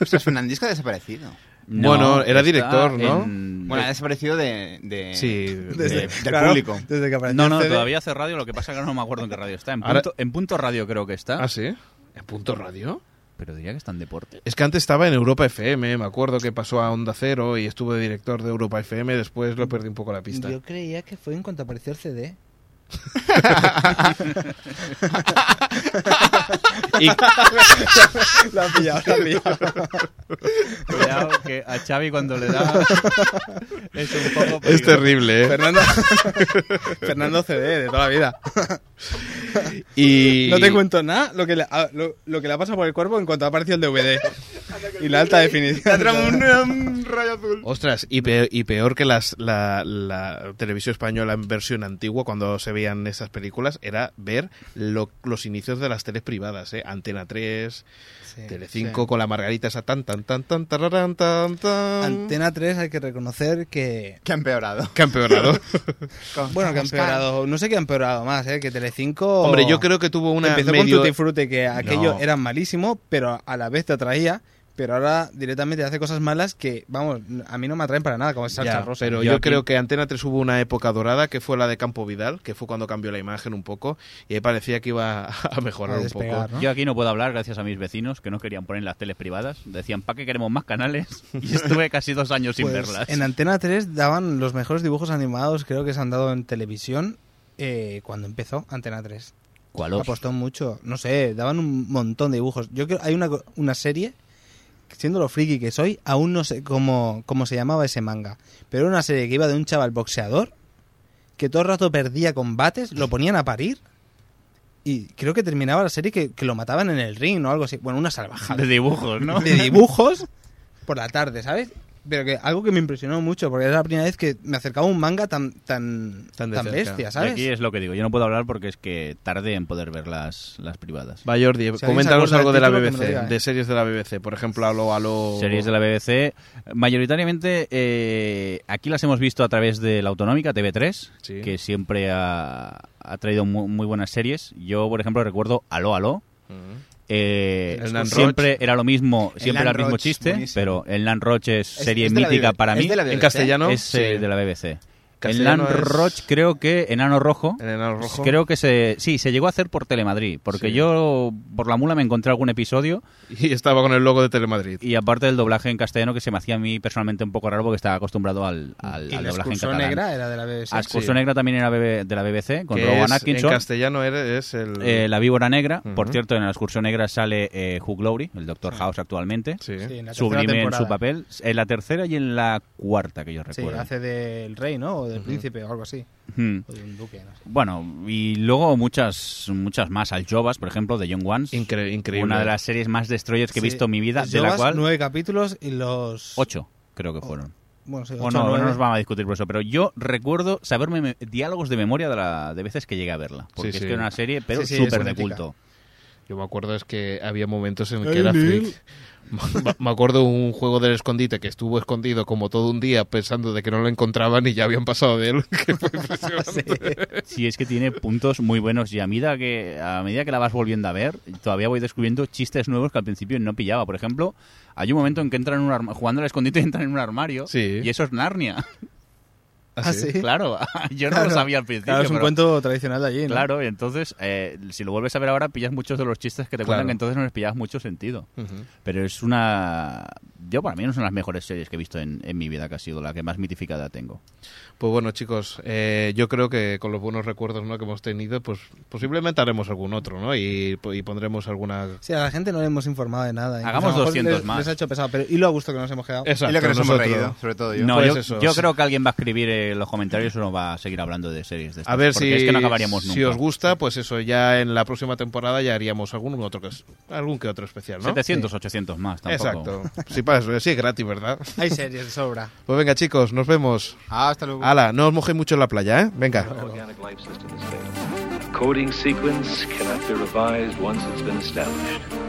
Speaker 4: Ostras, Fernandisco ha desaparecido.
Speaker 3: No,
Speaker 1: Bueno, era
Speaker 3: está
Speaker 1: director, ¿no?
Speaker 3: en-
Speaker 4: Bueno, ha desaparecido de. de- (laughs)
Speaker 1: Sí.
Speaker 4: Desde-
Speaker 1: eh,
Speaker 4: del
Speaker 2: claro,
Speaker 4: público.
Speaker 2: Desde que apareció
Speaker 3: No, no,
Speaker 2: el CD.
Speaker 3: todavía hace radio, lo que pasa es que no me acuerdo en qué radio está. En
Speaker 1: Ahora-
Speaker 3: punto, en punto radio creo que está.
Speaker 1: ¿Ah, sí? ¿En Punto Radio?
Speaker 3: Pero diría que está en deporte.
Speaker 1: Es que antes estaba en Europa FM, me acuerdo que pasó a Onda Cero y estuvo de director de Europa FM, después lo perdí un poco la pista.
Speaker 2: Yo creía que fue en cuanto apareció el CD.
Speaker 1: Y-
Speaker 2: (laughs) La ha pillado, la ha pillado.
Speaker 3: Cuidado que a Xavi cuando
Speaker 1: (laughs)
Speaker 3: le da es un poco
Speaker 2: (laughs)
Speaker 1: es
Speaker 3: peligroso.
Speaker 1: terrible, ¿eh?
Speaker 2: Fernando, (laughs) Fernando CD de toda la vida.
Speaker 1: Y...
Speaker 2: No te cuento nada lo que, le, a- lo, lo que le ha pasado por el cuerpo en cuanto ha aparecido el DVD. y la alta (laughs) definición.
Speaker 4: un rayo azul.
Speaker 1: Ostras, y peor, y peor que las, la, la televisión española en versión antigua, cuando se veían esas películas, era ver lo- los inicios de las teles privadas, ¿eh? Antena 3, Telecinco con la margarita esa tan, tan, tan, tan, tararán, tan, tan...
Speaker 2: Antena 3 hay que reconocer que...
Speaker 4: Que ha empeorado.
Speaker 2: (laughs)
Speaker 1: Campeonado.
Speaker 2: Bueno, que ha empeorado. No sé qué ha empeorado más, ¿eh? Que Telecinco...
Speaker 1: Hombre, yo creo que tuvo una
Speaker 2: Empezó
Speaker 1: medio...
Speaker 2: con Tutti Frutti, que aquello
Speaker 1: No.
Speaker 2: era malísimo, pero a la vez te atraía. Pero ahora directamente hace cosas malas que, vamos, a mí no me atraen para nada, como es
Speaker 1: Ya,
Speaker 2: Salsa Rosa.
Speaker 1: Pero
Speaker 3: Yo
Speaker 1: yo,
Speaker 3: aquí-
Speaker 1: creo que Antena 3 hubo una época dorada que fue la de Campo Vidal, que fue cuando cambió la imagen un poco y ahí parecía que iba (laughs) a mejorar
Speaker 2: A
Speaker 1: un poco.
Speaker 2: despegar, ¿no?
Speaker 3: Yo aquí no puedo hablar gracias a mis vecinos que no querían poner las teles privadas. Decían, ¿para qué queremos más canales? (laughs) Y estuve casi dos años sin
Speaker 2: Pues,
Speaker 3: verlas.
Speaker 2: En Antena 3 daban los mejores dibujos animados, creo que se han dado en televisión eh, cuando empezó Antena 3.
Speaker 3: ¿Cuál
Speaker 2: Apostó mucho, no sé, daban un montón de dibujos. Yo creo hay una, co- una serie, siendo lo friki que soy, aún no sé cómo, cómo se llamaba ese manga, pero era una serie que iba de un chaval boxeador que todo el rato perdía combates, lo ponían a parir. Y creo que terminaba la serie que, que lo mataban en el ring o algo así. Bueno, una salvajada
Speaker 3: De dibujos, (laughs) ¿no?
Speaker 2: de dibujos por la tarde, ¿sabes? Pero que algo que me impresionó mucho, porque era la primera vez que me acercaba a un manga tan tan
Speaker 1: Tan
Speaker 2: tan,
Speaker 1: de cerca.
Speaker 2: bestia,
Speaker 3: Y
Speaker 2: ¿sabes?
Speaker 3: aquí es lo que digo. Yo no puedo hablar porque es que tarde en poder ver las, las privadas.
Speaker 1: Va Jordi,
Speaker 2: alguien se
Speaker 1: coméntanos
Speaker 2: acuerda
Speaker 1: algo de la
Speaker 2: del título, que
Speaker 1: BBC,
Speaker 2: me lo diga, ¿eh?
Speaker 1: de series de la BBC, por ejemplo, a lo... A lo...
Speaker 3: Series de la BBC. Mayoritariamente eh, aquí las hemos visto a través de la autonómica TV3,
Speaker 1: Sí.
Speaker 3: que siempre ha, ha traído mu- muy, buenas series. Yo, por ejemplo, recuerdo Aló, Aló.
Speaker 1: Mm.
Speaker 3: Eh,
Speaker 1: Hernán
Speaker 3: siempre era lo mismo, siempre era el
Speaker 4: Hernán
Speaker 3: mismo
Speaker 4: Roche,
Speaker 3: chiste,
Speaker 4: buenísimo.
Speaker 3: pero el Nan Roche es serie
Speaker 4: es de la
Speaker 3: mítica
Speaker 4: BBC,
Speaker 3: para
Speaker 4: es
Speaker 3: mí.
Speaker 4: de la
Speaker 1: En
Speaker 4: BBC.
Speaker 1: castellano,
Speaker 3: es eh,
Speaker 1: Sí.
Speaker 3: de la BBC. El Nan
Speaker 1: Castellano es-
Speaker 3: Roche creo que Enano Rojo.
Speaker 1: en enano rojo.
Speaker 3: Creo que se, sí, se llegó a hacer por Telemadrid, porque
Speaker 1: Sí.
Speaker 3: yo por la mula me encontré algún episodio
Speaker 1: (laughs) Y estaba con el logo de Telemadrid.
Speaker 3: y aparte del doblaje en castellano que se me hacía a mí personalmente un poco raro porque estaba acostumbrado al, al,
Speaker 2: Y
Speaker 3: al
Speaker 2: la
Speaker 3: doblaje en
Speaker 2: excursión
Speaker 3: catalán.
Speaker 2: negra era de la BBC.
Speaker 3: Ah, Excursión
Speaker 1: sí.
Speaker 3: Negra también era BB de la BBC con
Speaker 1: que
Speaker 3: Rowan
Speaker 1: es- en
Speaker 3: Atkinson.
Speaker 1: castellano era- es el...
Speaker 3: eh, la víbora negra, por
Speaker 1: Ujú.
Speaker 3: cierto, en la excursión negra sale eh, Hugh Laurie, el Doctor House actualmente.
Speaker 1: sí.
Speaker 2: Sí, en la tercera
Speaker 3: Sublime en su
Speaker 2: temporada.
Speaker 3: papel. En la tercera y en la cuarta, que yo
Speaker 2: Sí,
Speaker 3: recuerdo.
Speaker 2: hace del rey, ¿no? O del príncipe o algo así.
Speaker 3: Hmm.
Speaker 2: O de un duque, no sé.
Speaker 3: Bueno, y luego muchas muchas más. Al Jovas, por ejemplo, de John Wans.
Speaker 1: Incre- increíble.
Speaker 3: Una de las series más destroyers que he
Speaker 2: Sí.
Speaker 3: visto en mi vida,
Speaker 2: Los
Speaker 3: de la
Speaker 2: Jovas,
Speaker 3: cual
Speaker 2: Pues nueve capítulos y los...
Speaker 3: ocho creo que fueron.
Speaker 2: Bueno, sí,
Speaker 3: O
Speaker 2: ocho,
Speaker 3: no,
Speaker 2: nueve.
Speaker 3: no nos vamos a discutir por eso, pero yo recuerdo saberme me- diálogos de memoria de, la, de veces que llegué a verla. Porque
Speaker 1: Sí,
Speaker 3: es
Speaker 1: sí.
Speaker 3: que era una serie, pero
Speaker 2: Sí, sí,
Speaker 3: súper
Speaker 2: es
Speaker 3: de
Speaker 2: mítica.
Speaker 3: culto.
Speaker 1: Yo me acuerdo es que había momentos en
Speaker 2: Ay,
Speaker 1: que era
Speaker 2: Neil.
Speaker 1: freak. (laughs) Me- Me acuerdo un juego del escondite que estuvo escondido como todo un día pensando de que no lo encontraban y ya habían pasado de él. que fue impresionante.
Speaker 3: Sí, es que tiene puntos muy buenos y a medida, que, a medida que la vas volviendo a ver, todavía voy descubriendo chistes nuevos que al principio no pillaba. Por ejemplo, hay un momento en que entran en un arma- jugando al escondite (laughs) entran en un armario
Speaker 1: Sí.
Speaker 3: y eso es Narnia.
Speaker 2: Ah,
Speaker 3: (laughs)
Speaker 2: sí.
Speaker 3: Claro, yo no
Speaker 2: Claro.
Speaker 3: lo sabía al principio.
Speaker 2: Claro, es un
Speaker 3: pero-
Speaker 2: cuento tradicional de allí, ¿no?
Speaker 3: Claro, y entonces, eh, si lo vuelves a ver ahora, pillas muchos de los chistes que te
Speaker 1: Claro.
Speaker 3: cuentan, que entonces no les pillabas mucho sentido.
Speaker 1: Ujú.
Speaker 3: Pero es una. Yo, para mí, no son las mejores series que he visto en, en mi vida, que ha sido la que más mitificada tengo.
Speaker 1: Pues bueno, chicos, eh, yo creo que con los buenos recuerdos ¿no? que hemos tenido, pues posiblemente haremos algún otro, ¿no? Y, y pondremos alguna...
Speaker 2: Sí, a la gente no le hemos informado de nada. Incluso
Speaker 3: Hagamos
Speaker 2: a lo mejor
Speaker 3: 200
Speaker 2: les-
Speaker 3: más.
Speaker 2: Les ha hecho pesado, pero y lo a gusto que nos hemos quedado.
Speaker 1: Exacto,
Speaker 4: y lo que nos hemos
Speaker 1: nosotros.
Speaker 4: reído, sobre todo yo.
Speaker 3: no,
Speaker 1: pues
Speaker 3: yo,
Speaker 1: eso,
Speaker 3: yo
Speaker 1: sí.
Speaker 3: creo que alguien va a escribir eh, en los comentarios o nos va a seguir hablando de series de estas,
Speaker 1: A ver
Speaker 3: porque
Speaker 1: si,
Speaker 3: es que no acabaríamos nunca.
Speaker 1: si os gusta, pues eso, ya en la próxima temporada ya haríamos algún otro que, algún que otro especial, ¿no?
Speaker 3: 700, 800 más, tampoco.
Speaker 1: Exacto. Sí, para eso, sí, es gratis, ¿verdad?
Speaker 2: Hay series de sobra.
Speaker 1: Pues venga, chicos, nos vemos.
Speaker 4: Ah, hasta luego.
Speaker 1: Ala, no os mojéis mucho en la playa, ¿eh? Venga.
Speaker 6: organic life system is failed. Coding sequence cannot be revised once it's been established.